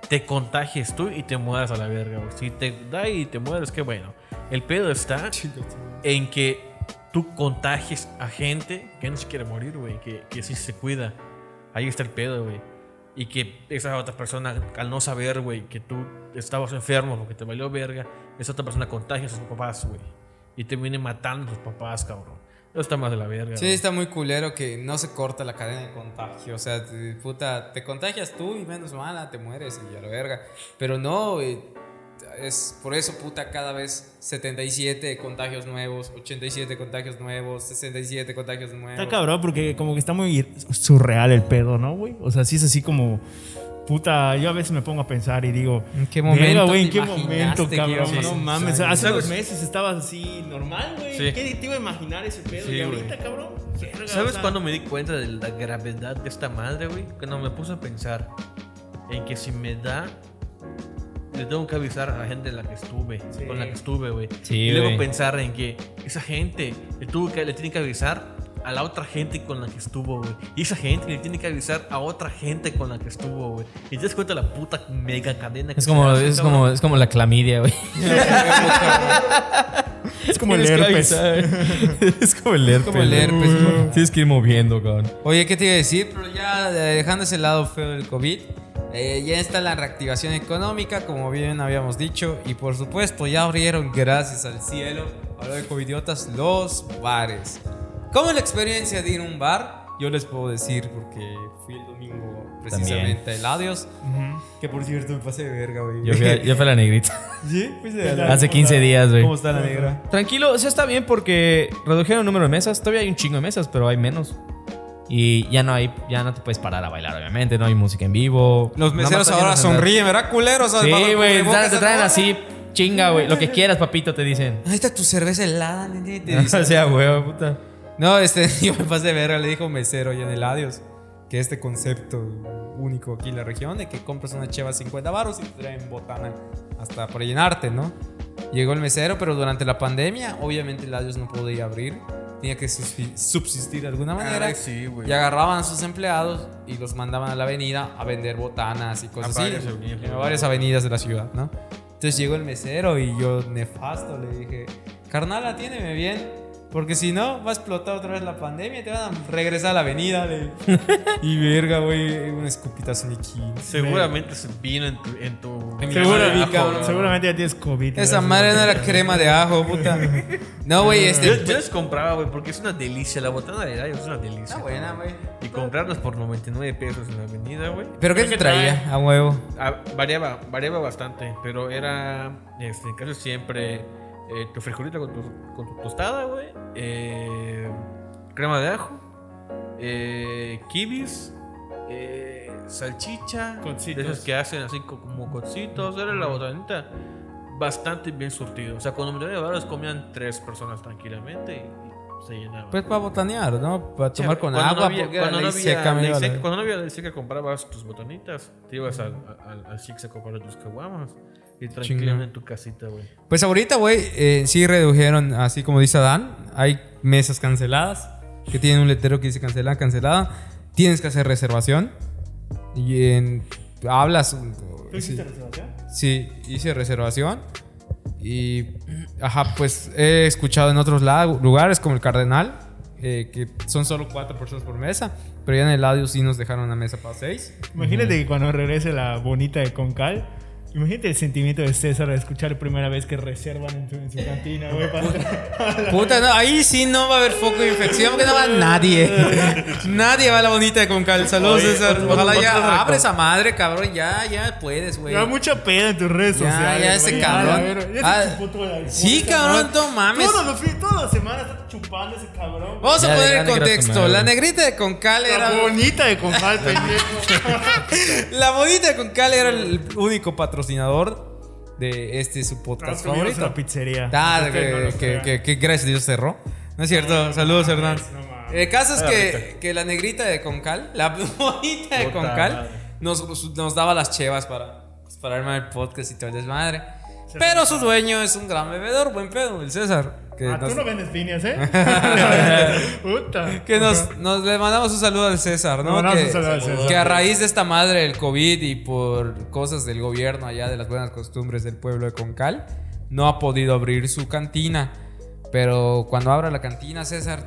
[SPEAKER 5] te contagies tú y te mueras a la verga, güey. Si te da y te mueres, qué bueno. El pedo está en que tú contagies a gente que no se quiere morir, güey, que, que sí se cuida. Ahí está el pedo, güey. Y que esa otra persona, al no saber, güey, que tú estabas enfermo porque te valió verga, esa otra persona contagia a sus papás, güey. Y te viene matando a sus papás, cabrón. Eso está más de la verga.
[SPEAKER 2] Sí,
[SPEAKER 5] güey.
[SPEAKER 2] está muy culero que no se corta la cadena de contagio. O sea, te- puta, te contagias tú y menos mala, te mueres y a la verga. Pero no, eh, es por eso, puta, cada vez 77 contagios nuevos, 87 contagios nuevos, 67 contagios nuevos.
[SPEAKER 3] Está cabrón porque como que está muy surreal el pedo, ¿no, güey? O sea, sí es así como... Puta, yo a veces me pongo a pensar y digo...
[SPEAKER 2] ¿En qué
[SPEAKER 3] "Verga, güey, ¿en
[SPEAKER 2] te
[SPEAKER 3] qué
[SPEAKER 2] imaginaste
[SPEAKER 3] momento,
[SPEAKER 2] que
[SPEAKER 3] cabrón?
[SPEAKER 2] íbamos
[SPEAKER 3] no
[SPEAKER 2] a-
[SPEAKER 3] mames,
[SPEAKER 2] Sí.
[SPEAKER 3] hace unos meses estabas así normal, güey.
[SPEAKER 5] Sí.
[SPEAKER 3] ¿Qué te iba a imaginar ese pedo?
[SPEAKER 5] Sí,
[SPEAKER 3] y ahorita,
[SPEAKER 5] güey.
[SPEAKER 3] cabrón... verga, o
[SPEAKER 5] ¿Sabes
[SPEAKER 3] sea,
[SPEAKER 5] cuándo me di cuenta de la gravedad de esta madre, güey? Cuando me puse a pensar en que si me da, le tengo que avisar a la gente en la que estuve,
[SPEAKER 3] Sí.
[SPEAKER 5] con la que estuve, güey.
[SPEAKER 4] Sí,
[SPEAKER 5] y luego
[SPEAKER 4] güey.
[SPEAKER 5] pensar en que esa gente le, tuvo que, le tiene que avisar a la otra gente con la que estuvo, güey. Y esa gente le tiene que avisar a otra gente con la que estuvo, güey. Y te das cuenta la puta mega cadena que
[SPEAKER 4] Es como,
[SPEAKER 5] se hace,
[SPEAKER 4] es
[SPEAKER 5] cabrón.
[SPEAKER 4] como, es como la clamidia, güey. Es como el
[SPEAKER 5] Tienes
[SPEAKER 4] herpes.
[SPEAKER 5] que
[SPEAKER 4] es como el herpes.
[SPEAKER 2] como el herpes,
[SPEAKER 4] güey.
[SPEAKER 2] güey.
[SPEAKER 4] Tienes que ir moviendo, cabrón.
[SPEAKER 2] Oye, ¿qué te iba a decir? Pero ya eh, dejando ese lado feo del COVID, eh, ya está la reactivación económica, como bien habíamos dicho, y por supuesto ya abrieron, gracias al cielo, ahora de covidiotas, los bares. ¿Cómo es la experiencia de ir a un bar? Yo les puedo decir, porque fui el domingo precisamente a Eladios, que por cierto me pasé de verga, güey.
[SPEAKER 4] Yo fui, a- yo fui a la negrita.
[SPEAKER 3] ¿Sí?
[SPEAKER 4] Hace 15 días, güey.
[SPEAKER 3] ¿Cómo está la negra?
[SPEAKER 4] Tranquilo, eso está bien porque redujeron el número de mesas. Todavía hay un chingo de mesas, pero hay menos. Y ya no hay, ya no te puedes parar a bailar, obviamente. No hay música en vivo.
[SPEAKER 2] Los
[SPEAKER 4] Nada más
[SPEAKER 2] meseros
[SPEAKER 4] están
[SPEAKER 2] ahora
[SPEAKER 4] llenos de andar.
[SPEAKER 2] sonríen, ¿verdad, culeros? Al bajo
[SPEAKER 4] Sí,
[SPEAKER 2] el
[SPEAKER 4] güey.
[SPEAKER 2] cubrebocas,
[SPEAKER 4] Te traen
[SPEAKER 2] ¿no?
[SPEAKER 4] así, chinga, güey. Lo que quieras, papito, te dicen.
[SPEAKER 2] Ahí está tu cerveza helada, nene, y te
[SPEAKER 4] O
[SPEAKER 2] dice.
[SPEAKER 4] sea, güey, puta.
[SPEAKER 2] No, este, yo me pasé de verga, le dijo un mesero ya en el Adios, que este concepto único aquí en la región de que compras una cheva a 50 baros y te traen botana hasta para llenarte, ¿no? Llegó el mesero, pero durante la pandemia, obviamente el Adios no podía abrir, tenía que subsi- subsistir de alguna manera.
[SPEAKER 6] Ay, sí, güey.
[SPEAKER 2] Y agarraban a sus empleados y los mandaban a la avenida a vender botanas y cosas
[SPEAKER 6] A
[SPEAKER 2] así.
[SPEAKER 6] varias avenidas.
[SPEAKER 2] En varias avenidas de la ciudad, ¿no? Entonces llegó el mesero y yo, nefasto, le dije, carnal, atiéndeme bien, porque si no, va a explotar otra vez la pandemia y te van a regresar a la avenida. le- y verga, güey, una escupitazo en
[SPEAKER 5] Seguramente se vino en tu. En tu
[SPEAKER 2] Seguramente,
[SPEAKER 5] Ajo,
[SPEAKER 2] cabrón.
[SPEAKER 5] güey.
[SPEAKER 3] Seguramente ya tienes COVID.
[SPEAKER 2] Esa
[SPEAKER 3] ¿verdad?
[SPEAKER 2] madre no era crema de ajo, puta. No, güey,
[SPEAKER 5] Yo,
[SPEAKER 2] este...
[SPEAKER 5] yo les compraba, güey, porque es una delicia. La botana de gallo es una delicia.
[SPEAKER 2] Está buena, güey.
[SPEAKER 5] Y comprarlas por 99 pesos en la avenida, güey.
[SPEAKER 2] ¿Pero qué te traía a huevo?
[SPEAKER 5] Ah, variaba, variaba bastante, pero era, este, casi siempre, eh, tu frijolito con tu, con tu tostada, güey, eh, crema de ajo, eh, kibis, eh, salchicha,
[SPEAKER 3] Cotsitos.
[SPEAKER 5] de esas que hacen así co- como cocitos, era la botanita bastante bien surtido. O sea, cuando me llevaban los comían tres personas tranquilamente y, y se llenaban.
[SPEAKER 2] Pues para botanear, ¿no? Para
[SPEAKER 5] Sí,
[SPEAKER 2] tomar con
[SPEAKER 5] cuando
[SPEAKER 2] agua,
[SPEAKER 5] no había-
[SPEAKER 2] porque era
[SPEAKER 5] cuando no
[SPEAKER 2] ley
[SPEAKER 5] había
[SPEAKER 2] seca, me
[SPEAKER 5] ley
[SPEAKER 2] iba a la-
[SPEAKER 5] seca- Cuando no había ley seca, comprabas tus botanitas, te ibas al, al, al Six a comprar tus caguamas y tranquilamente en tu casita, güey.
[SPEAKER 2] Pues ahorita, güey, eh, sí redujeron, así como dice Adán, hay mesas canceladas, que tienen un letrero que dice cancelada, cancelada. Tienes que hacer reservación. Y en- hablas...
[SPEAKER 3] ¿Tú
[SPEAKER 2] sí.
[SPEAKER 3] hiciste reservación?
[SPEAKER 2] Sí, hice reservación. Y, ajá, pues he escuchado en otros la- lugares, como el Cardenal, eh, que son solo cuatro personas por mesa, pero ya en el audio sí nos dejaron una mesa para seis.
[SPEAKER 3] Imagínate que cuando regrese la bonita de Concal, imagínate el sentimiento de César de escuchar la primera vez que reservan en su, en su cantina, güey. para-
[SPEAKER 2] Puta, no, ahí sí no va a haber foco de infección porque no va nadie. nadie va a la bonita de Concal. Saludos,
[SPEAKER 5] Oye,
[SPEAKER 2] César.
[SPEAKER 5] otro-
[SPEAKER 2] Ojalá
[SPEAKER 5] otro
[SPEAKER 2] ya
[SPEAKER 5] reco-
[SPEAKER 2] abre esa madre, cabrón. Ya, ya puedes, güey.
[SPEAKER 3] Ya mucha peda en tus redes
[SPEAKER 2] Ya,
[SPEAKER 3] sociales.
[SPEAKER 2] ya ese
[SPEAKER 3] güey.
[SPEAKER 2] cabrón.
[SPEAKER 3] a ver, ya se
[SPEAKER 2] Ah,
[SPEAKER 3] chupó toda la-
[SPEAKER 2] sí,
[SPEAKER 3] esa
[SPEAKER 2] cabrón,
[SPEAKER 3] madre.
[SPEAKER 2] no mames.
[SPEAKER 3] Todos los fines, todas las semanas está chupando ese cabrón. güey.
[SPEAKER 2] Vamos a
[SPEAKER 4] Ya,
[SPEAKER 2] poner
[SPEAKER 4] ya
[SPEAKER 2] el
[SPEAKER 4] negra tu
[SPEAKER 2] contexto.
[SPEAKER 4] madre.
[SPEAKER 2] La negrita de Concal era.
[SPEAKER 3] La bonita de Concal, pendejo.
[SPEAKER 2] La bonita de Concal era el único patrocinador de este su podcast
[SPEAKER 3] Transformamos
[SPEAKER 2] favorito.
[SPEAKER 3] la pizzería.
[SPEAKER 2] Ah,
[SPEAKER 3] Ustedes no
[SPEAKER 2] que,
[SPEAKER 3] lo
[SPEAKER 2] que,
[SPEAKER 3] crean.
[SPEAKER 2] que- que gracias a Dios cerró. No es cierto. Saludos,
[SPEAKER 3] mames,
[SPEAKER 2] Hernán.
[SPEAKER 3] no mames.
[SPEAKER 2] el caso es que, que la negrita de Concal, la bonita de Concal, nos, nos daba las chevas para, pues, para armar el podcast y todo el desmadre. Pero su dueño es un gran bebedor, buen pedo, el César. Que,
[SPEAKER 3] Ah, tú
[SPEAKER 2] nos,
[SPEAKER 3] no vendes líneas, ¿eh? Puta.
[SPEAKER 2] que nos- nos- le mandamos un saludo al César,
[SPEAKER 3] Le
[SPEAKER 2] ¿no?
[SPEAKER 3] mandamos
[SPEAKER 2] que,
[SPEAKER 3] un saludo al César.
[SPEAKER 2] que a raíz de esta madre del COVID y por cosas del gobierno allá, de las buenas costumbres del pueblo de Concal, no ha podido abrir su cantina. Pero cuando abra la cantina, César,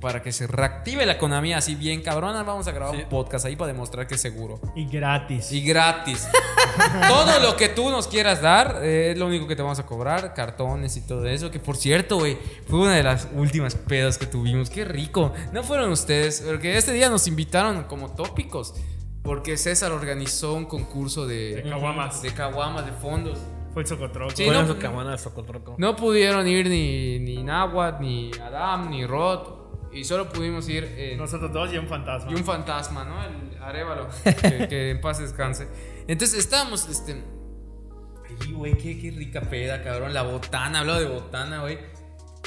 [SPEAKER 2] para que se reactive la economía así bien cabrona, vamos a grabar un podcast ahí para demostrar que es seguro.
[SPEAKER 3] Y gratis.
[SPEAKER 2] Y gratis. todo lo que tú nos quieras dar eh, es lo único que te vamos a cobrar. Cartones y todo eso. Que por cierto, güey, fue una de las últimas pedas que tuvimos. Qué rico. No fueron ustedes, porque este día nos invitaron como tópicos. Porque César organizó un concurso de...
[SPEAKER 3] De caguamas.
[SPEAKER 2] De caguamas, de fondos.
[SPEAKER 3] Fue el socotroco.
[SPEAKER 2] Sí,
[SPEAKER 5] Fueron
[SPEAKER 2] no-
[SPEAKER 5] esos camanas socotroco.
[SPEAKER 2] No pudieron ir ni, ni Nahuatl, ni Adam, ni Rod. Y solo pudimos ir... eh,
[SPEAKER 3] Nosotros dos y un fantasma.
[SPEAKER 2] y un fantasma, ¿no? El Arevalo. que, que en paz descanse. Entonces estábamos, este. Ay, güey, qué, qué rica peda, cabrón. La botana, hablaba de botana, güey.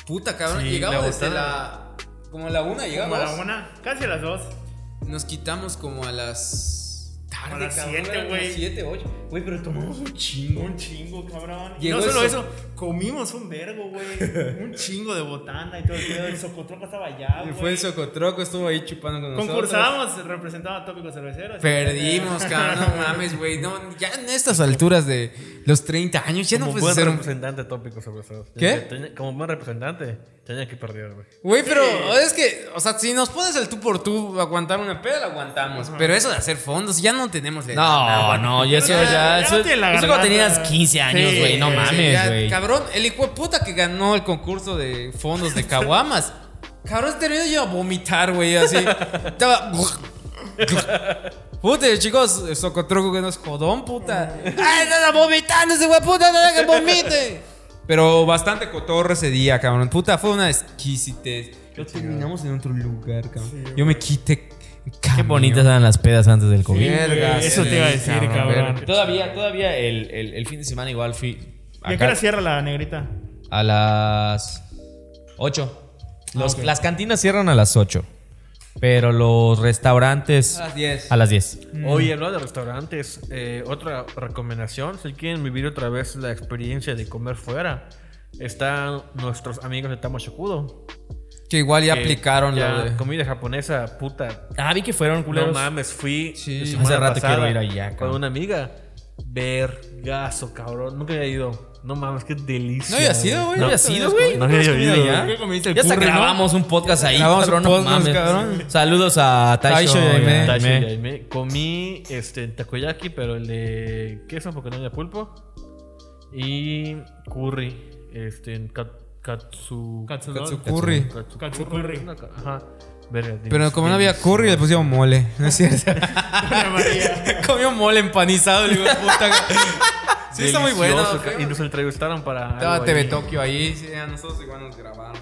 [SPEAKER 2] Puta, cabrón.
[SPEAKER 5] Sí,
[SPEAKER 2] llegamos
[SPEAKER 5] la
[SPEAKER 2] desde
[SPEAKER 5] botana.
[SPEAKER 2] la. Como a la una, llegamos.
[SPEAKER 3] Como a la una, casi a las dos.
[SPEAKER 2] Nos quitamos como a las.
[SPEAKER 3] a
[SPEAKER 6] tarde,
[SPEAKER 3] las
[SPEAKER 6] cabrón.
[SPEAKER 3] siete,
[SPEAKER 6] eran
[SPEAKER 3] güey.
[SPEAKER 6] Las 7, 8. Güey, pero tomamos un chingo.
[SPEAKER 3] Un chingo, cabrón. Y
[SPEAKER 6] Llegó
[SPEAKER 3] no solo
[SPEAKER 6] el
[SPEAKER 3] eso, comimos un vergo, güey. Un chingo de botana y todo el pedo. El socotroco estaba allá, Ah, güey.
[SPEAKER 2] Fue el Socotroco, estuvo ahí chupando con nosotros.
[SPEAKER 3] Concursábamos, representaba tópico cervecero. así
[SPEAKER 2] Perdimos, cabrón, no mames, güey. No, ya en estas alturas de los 30 años, ya no
[SPEAKER 5] Como
[SPEAKER 2] puedes
[SPEAKER 5] buen
[SPEAKER 2] hacer un.
[SPEAKER 5] representante tópico sobre eso.
[SPEAKER 2] ¿Qué?
[SPEAKER 5] Tenía- como buen representante, tenía que perder, güey.
[SPEAKER 2] Güey, pero es que, o sea, si nos pones el tú por tú, aguantar una peda, la aguantamos. Pero eso de hacer fondos, ya no tenemos la edad.
[SPEAKER 4] No, no, yo eso
[SPEAKER 3] Ya,
[SPEAKER 4] ya.
[SPEAKER 3] ya
[SPEAKER 4] Eso,
[SPEAKER 3] no tiene la
[SPEAKER 4] eso cuando
[SPEAKER 3] garganta.
[SPEAKER 4] tenías 15 años,
[SPEAKER 3] Sí,
[SPEAKER 4] güey. no
[SPEAKER 3] sí,
[SPEAKER 4] mames,
[SPEAKER 2] Ya,
[SPEAKER 4] güey.
[SPEAKER 2] Cabrón, el hijo de puta que ganó el concurso de fondos de caguamas. cabrón, este video yo a vomitar, güey, así. Estaba. Puta, chicos, eh, Socotroco que no es jodón, puta. ¡Ay, nada vomitando ese güey, puta! ¡Nada que vomite! Pero bastante cotorro ese día, cabrón. Puta, fue una exquisitez. Yo terminamos en otro lugar, cabrón. yo me quité.
[SPEAKER 4] Qué bonitas eran las pedas antes del COVID.
[SPEAKER 3] Verga, Eso te iba a
[SPEAKER 2] sí,
[SPEAKER 3] decir, cabrón.
[SPEAKER 2] verga.
[SPEAKER 4] Todavía, todavía el, el- el fin de semana igual fui.
[SPEAKER 3] ¿Y a qué
[SPEAKER 4] acá
[SPEAKER 3] hora cierra la negrita?
[SPEAKER 4] a las 8.
[SPEAKER 2] Ah,
[SPEAKER 4] Las cantinas cierran a las 8. Pero los restaurantes
[SPEAKER 2] A las 10.
[SPEAKER 4] a las 10.
[SPEAKER 2] Mm.
[SPEAKER 5] Oye, hablando de restaurantes, eh, otra recomendación, si quieren vivir otra vez la experiencia de comer fuera, están nuestros amigos de Tamashokudo.
[SPEAKER 2] Que igual ya
[SPEAKER 5] que
[SPEAKER 2] aplicaron
[SPEAKER 5] ya
[SPEAKER 2] la. de-
[SPEAKER 5] Comida japonesa, puta.
[SPEAKER 4] Ah, vi que fueron
[SPEAKER 5] No
[SPEAKER 4] culeros.
[SPEAKER 5] mames, fui
[SPEAKER 2] Sí.
[SPEAKER 5] la semana
[SPEAKER 4] Hace rato
[SPEAKER 5] pasada
[SPEAKER 4] quiero ir allá,
[SPEAKER 5] con
[SPEAKER 4] cabrón.
[SPEAKER 5] una amiga. Vergazo, cabrón. Nunca había ido. No mames, qué delicia.
[SPEAKER 2] No había sido, güey.
[SPEAKER 4] No había sido, güey.
[SPEAKER 5] No había
[SPEAKER 4] Mira,
[SPEAKER 5] ido,
[SPEAKER 4] ya.
[SPEAKER 5] güey.
[SPEAKER 4] Ya hasta grabamos un podcast ahí,
[SPEAKER 2] Grabamos
[SPEAKER 4] cabrón,
[SPEAKER 2] un
[SPEAKER 4] no
[SPEAKER 2] podcast,
[SPEAKER 4] mames.
[SPEAKER 2] cabrón.
[SPEAKER 4] Saludos a Taisho,
[SPEAKER 2] Taisho y
[SPEAKER 4] y
[SPEAKER 2] Aime.
[SPEAKER 4] a
[SPEAKER 5] Tacho y
[SPEAKER 4] Aime.
[SPEAKER 5] Jaime. Comí este takoyaki, pero el de queso porque no había pulpo. Y curry, este en kat- katsu
[SPEAKER 3] Katsudon.
[SPEAKER 2] Katsu curry.
[SPEAKER 5] katsu,
[SPEAKER 3] Katsu
[SPEAKER 5] curry.
[SPEAKER 3] curry.
[SPEAKER 5] Ajá. Verga,
[SPEAKER 2] Pero
[SPEAKER 5] Dios,
[SPEAKER 2] como no
[SPEAKER 5] Dios.
[SPEAKER 2] había curry, le pusieron mole. No es cierto.
[SPEAKER 3] Ana María.
[SPEAKER 2] Comió mole empanizado, le digo, puta. sí, está muy bueno.
[SPEAKER 5] Delicioso, ca- Y nos entrevistaron para
[SPEAKER 2] Estaba
[SPEAKER 5] algo
[SPEAKER 2] TV
[SPEAKER 5] ahí.
[SPEAKER 2] Tokio ahí, sí, a nosotros igual nos grabaron.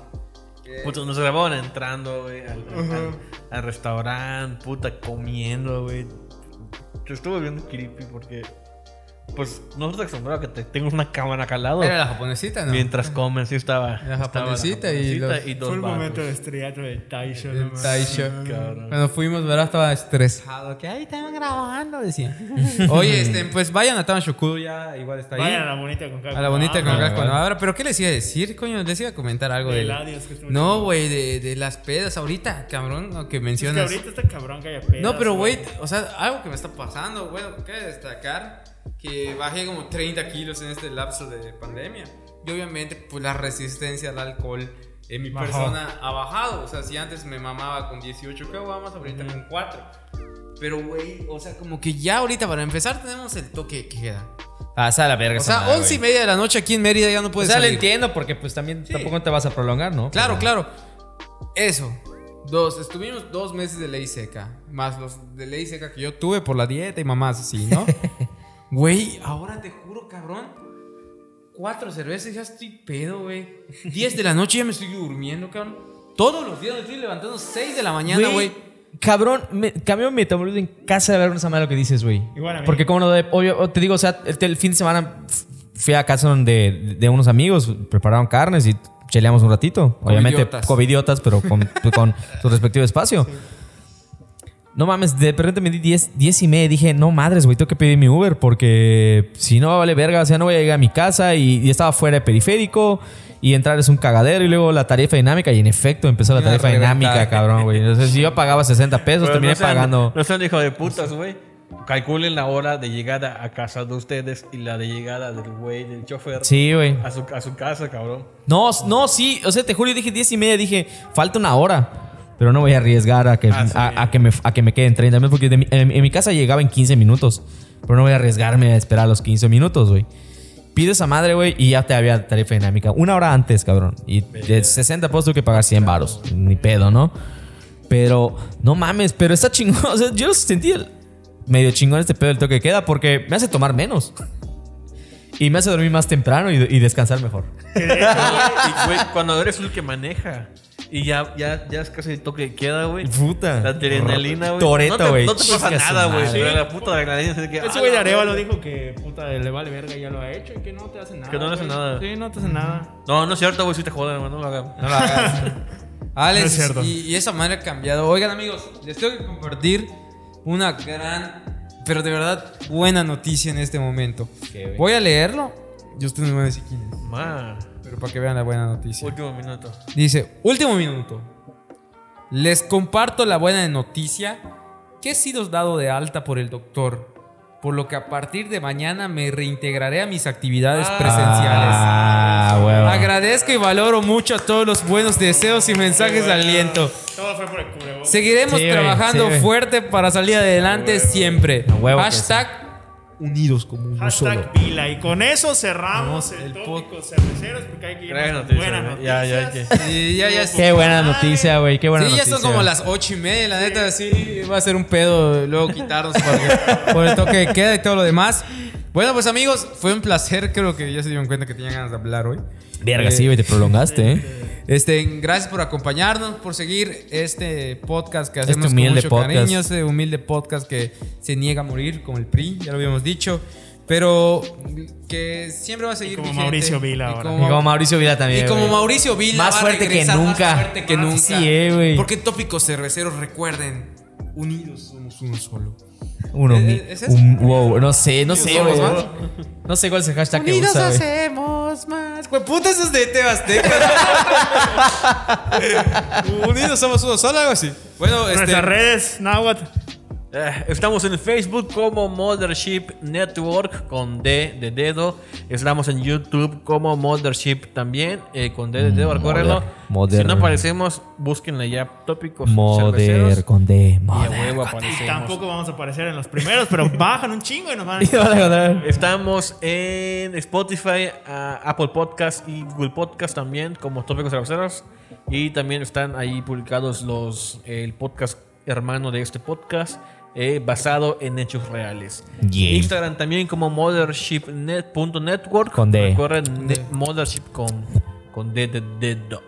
[SPEAKER 2] Eh,
[SPEAKER 5] Puta, nos grababan entrando, güey, al, al- al restaurante, puta, comiendo, güey. Yo estuve viendo creepy porque, pues, no estás acostumbrado a que te tengas una cámara acá al lado.
[SPEAKER 2] Era la japonesita, ¿no?
[SPEAKER 5] Mientras comen, sí estaba.
[SPEAKER 2] La
[SPEAKER 5] estaba
[SPEAKER 2] japonesita y
[SPEAKER 5] japonesita
[SPEAKER 2] los-
[SPEAKER 5] dos
[SPEAKER 3] Fue el
[SPEAKER 5] vatos.
[SPEAKER 3] momento de estrellato de Taisho.
[SPEAKER 2] El
[SPEAKER 3] no mames.
[SPEAKER 2] Taisho.
[SPEAKER 5] cabrón.
[SPEAKER 2] Cuando fuimos, ¿verdad? Estaba estresado. Que ahí estaban grabando, decía. Oye, este, pues vayan a Tamashokudo, ya igual está ahí.
[SPEAKER 3] Vayan a la bonita con
[SPEAKER 2] A la bonita con
[SPEAKER 4] Ah,
[SPEAKER 2] Gaco Navarra. Pero ¿qué les iba a decir, coño? Les iba a comentar algo
[SPEAKER 3] De
[SPEAKER 2] de.
[SPEAKER 3] Ladios, que estuvo
[SPEAKER 2] No,
[SPEAKER 3] chingón.
[SPEAKER 2] güey, de, de las pedas ahorita, cabrón, lo que
[SPEAKER 3] Es que
[SPEAKER 2] mencionas.
[SPEAKER 3] ahorita está cabrón que haya pedas,
[SPEAKER 2] No, pero güey, o sea, algo que me está pasando, güey, que cabe destacar que bajé como 30 kilos en este lapso de pandemia. Y obviamente, pues la resistencia al alcohol en mi
[SPEAKER 3] Bajó.
[SPEAKER 2] persona ha bajado. O sea, si antes me mamaba con 18 caguamas, ahorita con 4. Pero güey, o sea, como que ya ahorita para empezar tenemos el toque de queda.
[SPEAKER 4] Pasa la verga.
[SPEAKER 2] O
[SPEAKER 4] esa
[SPEAKER 2] sea,
[SPEAKER 4] madre,
[SPEAKER 2] 11 y
[SPEAKER 4] güey.
[SPEAKER 2] media de la noche aquí en Mérida ya no
[SPEAKER 4] O
[SPEAKER 2] puedes
[SPEAKER 4] sea, lo
[SPEAKER 2] salir.
[SPEAKER 4] entiendo porque pues también
[SPEAKER 2] Sí.
[SPEAKER 4] tampoco te vas a prolongar, ¿no?
[SPEAKER 2] Claro,
[SPEAKER 4] Pero-
[SPEAKER 2] claro. Eso. Dos, estuvimos dos meses de ley seca. Más los de ley seca que yo tuve por la dieta y mamás así, ¿no? Güey, ahora te juro, cabrón. Cuatro cervezas, ya estoy pedo, güey. Diez de la noche ya me estoy durmiendo, cabrón. Todos los días me estoy levantando seis de la mañana, güey.
[SPEAKER 4] Cabrón, me, cambió mi metabolismo en casa de ver esa madre lo que dices, güey.
[SPEAKER 3] Igual a mí.
[SPEAKER 4] Porque como no, de- obvio, o te digo, o sea, el, el fin de semana f- fui a casa de, de unos amigos, prepararon carnes y cheleamos un ratito. Obviamente,
[SPEAKER 2] Covidiotas.
[SPEAKER 4] covidiotas, pero con, con su respectivo espacio. No mames, de repente me di 10, 10 y media. Dije, no madres, güey, tengo que pedir mi Uber porque si no, vale verga. O sea, no voy a llegar a mi casa y, y estaba fuera de periférico y entrar es un cagadero y luego la tarifa dinámica. Y en efecto empezó la
[SPEAKER 2] Una
[SPEAKER 4] tarifa
[SPEAKER 2] reventada.
[SPEAKER 4] dinámica, cabrón, güey. Entonces, si yo pagaba 60 pesos,
[SPEAKER 5] Pero
[SPEAKER 4] terminé
[SPEAKER 5] no sean-
[SPEAKER 4] pagando.
[SPEAKER 5] No sean hijos de putas, güey. Calculen la hora de llegada a casa de ustedes y la de llegada del güey, del chofer.
[SPEAKER 4] Sí, güey.
[SPEAKER 5] A su, a su casa, cabrón.
[SPEAKER 4] No, s- no, sí. O sea, te juro, yo dije 10 y media. Dije, falta una hora. Pero no voy a arriesgar a que,
[SPEAKER 5] Ah, sí.
[SPEAKER 4] a, a que, me, a que me queden 30 minutos. Porque de mi- en, en mi casa llegaba en 15 minutos. Pero no voy a arriesgarme a esperar los 15 minutos, güey. Pido esa madre, güey, y ya te había tarifa dinámica. Una hora antes, cabrón. Y de 60 pesos tuve que pagar 100 varos. Ni pedo, ¿no? Pero, no mames, pero está chingón. O sea, yo sentí el- medio chingón este pedo del toque que queda porque me hace tomar menos. Y me hace dormir más temprano y- y descansar mejor.
[SPEAKER 5] y, güey, cuando eres el que maneja y ya, ya, ya es casi el toque de queda, güey.
[SPEAKER 4] Puta.
[SPEAKER 5] La adrenalina, güey.
[SPEAKER 4] Toreto,
[SPEAKER 5] No te-
[SPEAKER 4] Ah, güey.
[SPEAKER 5] No, te pasa
[SPEAKER 4] Chinga su
[SPEAKER 5] nada, güey.
[SPEAKER 4] madre.
[SPEAKER 5] Pero La puta adrenalina. así que,
[SPEAKER 3] Ese
[SPEAKER 5] ah,
[SPEAKER 3] güey de
[SPEAKER 5] la
[SPEAKER 3] Arevalo
[SPEAKER 5] verga.
[SPEAKER 3] dijo que puta le vale verga ya lo ha hecho y que no te hacen nada.
[SPEAKER 5] Que no le hacen
[SPEAKER 3] güey.
[SPEAKER 5] nada.
[SPEAKER 3] Sí, no te hacen nada.
[SPEAKER 5] No, no es cierto, güey. Si te jodan, güey. No lo hagan.
[SPEAKER 2] No lo hagas.
[SPEAKER 3] No es
[SPEAKER 2] Alex,
[SPEAKER 3] cierto.
[SPEAKER 2] y, y esa madre ha cambiado. Oigan, amigos, les tengo que compartir una gran pero de verdad, buena noticia en este momento. Voy a leerlo y ustedes me van a decir quién es.
[SPEAKER 5] Ma,
[SPEAKER 2] Pero para que vean la buena noticia.
[SPEAKER 5] último minuto.
[SPEAKER 2] Dice, último minuto. Les comparto la buena noticia que he sido dado de alta por el doctor, por lo que a partir de mañana me reintegraré a mis actividades presenciales.
[SPEAKER 4] Ah, huevo.
[SPEAKER 2] Agradezco y valoro mucho a todos los buenos deseos y mensajes de aliento.
[SPEAKER 3] Todo fue por el cubrebocas.
[SPEAKER 2] Seguiremos
[SPEAKER 4] Sí, güey,
[SPEAKER 2] trabajando
[SPEAKER 4] sí, güey.
[SPEAKER 2] fuerte para salir adelante siempre.
[SPEAKER 4] A huevo que
[SPEAKER 2] Hashtag unidos como uno
[SPEAKER 3] Hashtag Vila. Y con eso cerramos
[SPEAKER 2] No,
[SPEAKER 3] el,
[SPEAKER 2] el
[SPEAKER 3] tópico cerveceros porque hay que ir
[SPEAKER 5] Gran
[SPEAKER 3] con
[SPEAKER 5] noticia,
[SPEAKER 3] buenas
[SPEAKER 5] ¿no?
[SPEAKER 3] noticias.
[SPEAKER 5] ¿eh? Ya, ya, ya.
[SPEAKER 2] Sí, ya, ya.
[SPEAKER 3] Sí,
[SPEAKER 4] Qué buena
[SPEAKER 3] Madre.
[SPEAKER 4] noticia, güey. Qué buena
[SPEAKER 2] Sí, ya
[SPEAKER 4] noticia.
[SPEAKER 2] son como las ocho y media, la neta, sí, va a ser un pedo luego quitarnos por, por el toque de queda y todo lo demás. Bueno, pues amigos, fue un placer, creo que ya se dieron cuenta que tenía ganas de hablar hoy.
[SPEAKER 4] Verga,
[SPEAKER 2] Eh,
[SPEAKER 4] sí, güey, te prolongaste, ¿eh?
[SPEAKER 2] Este, gracias por acompañarnos, por seguir este podcast que hacemos
[SPEAKER 4] humilde
[SPEAKER 2] con mucho
[SPEAKER 4] podcast.
[SPEAKER 2] cariño, este humilde podcast que se niega a morir, como el PRI, ya lo habíamos dicho, pero que siempre va a seguir
[SPEAKER 3] como
[SPEAKER 2] vigente.
[SPEAKER 3] Mauricio Vila
[SPEAKER 2] Y
[SPEAKER 3] ahora.
[SPEAKER 4] Y como Mauricio Vila también.
[SPEAKER 2] y como
[SPEAKER 4] güey.
[SPEAKER 2] Mauricio Vila.
[SPEAKER 4] Más
[SPEAKER 2] va a
[SPEAKER 4] fuerte que
[SPEAKER 2] regresar
[SPEAKER 4] nunca.
[SPEAKER 2] Más fuerte que
[SPEAKER 4] Ah,
[SPEAKER 2] nunca.
[SPEAKER 4] sí, eh, güey.
[SPEAKER 2] Porque tópicos cerveceros, recuerden, unidos somos uno solo.
[SPEAKER 4] Uno,
[SPEAKER 5] Eh,
[SPEAKER 2] ¿Es-
[SPEAKER 4] mi-
[SPEAKER 2] es eso?
[SPEAKER 4] un- wow, no sé, no sé,
[SPEAKER 2] somos
[SPEAKER 4] güey.
[SPEAKER 2] más.
[SPEAKER 4] No sé cuál es el hashtag que usa, güey.
[SPEAKER 2] hacemos más. Pues puta, eso es de Tebasteca. unidos somos uno solo, algo así. Bueno, este.
[SPEAKER 3] Nuestras redes, Nahuatl.
[SPEAKER 5] Eh, Estamos en Facebook como Mothership Network con D de dedo. Estamos en YouTube como Mothership también eh, con D de dedo.
[SPEAKER 4] Mm,
[SPEAKER 5] Recuérdenlo.
[SPEAKER 4] Mother- Mother-
[SPEAKER 5] Si no aparecemos, búsquenle ya tópicos.
[SPEAKER 4] Moder
[SPEAKER 5] cerveceros.
[SPEAKER 4] con D.
[SPEAKER 5] Y a
[SPEAKER 4] Moder.
[SPEAKER 5] huevo
[SPEAKER 3] Y
[SPEAKER 5] aparecemos.
[SPEAKER 3] tampoco vamos a aparecer en los primeros, pero bajan un chingo y nos van a.
[SPEAKER 5] Ah, Estamos en Spotify, ah, Apple Podcast y Google Podcast también como Tópicos Cerveceros. Y también están ahí publicados los el podcast hermano de este podcast eh, basado en hechos reales.
[SPEAKER 4] Yeah.
[SPEAKER 5] Instagram también como mothership.network.
[SPEAKER 4] Con D.
[SPEAKER 5] Recuerden ne- mothership con, con D de dedo.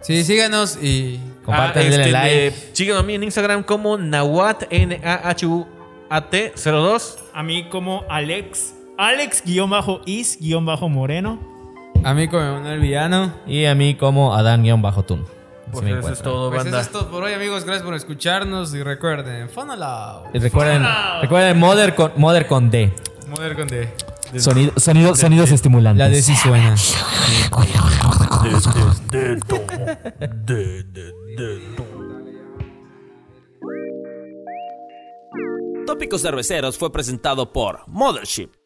[SPEAKER 2] Sí, síganos y.
[SPEAKER 4] Compartan,
[SPEAKER 5] Ah,
[SPEAKER 4] denle
[SPEAKER 5] este,
[SPEAKER 4] like.
[SPEAKER 5] le- síganos a mí en Instagram como Nahuat, N-A-H-U-A-T 02.
[SPEAKER 3] A mí como Alex. Alex-is-moreno.
[SPEAKER 2] A mí como Manuel Villano.
[SPEAKER 4] Y a mí como Adán-Tun.
[SPEAKER 5] Pues eso es todo,
[SPEAKER 2] Pues eso
[SPEAKER 5] banda.
[SPEAKER 2] es todo por hoy, amigos. Gracias por escucharnos y recuerden, Fonalao.
[SPEAKER 4] Recuerden, recuerden Moder con, Moder con D.
[SPEAKER 2] Modern con D.
[SPEAKER 4] Sonido, sonido- sonidos estimulantes.
[SPEAKER 2] La de sí suena.
[SPEAKER 1] Tópicos Cerveceros fue presentado por Mothership.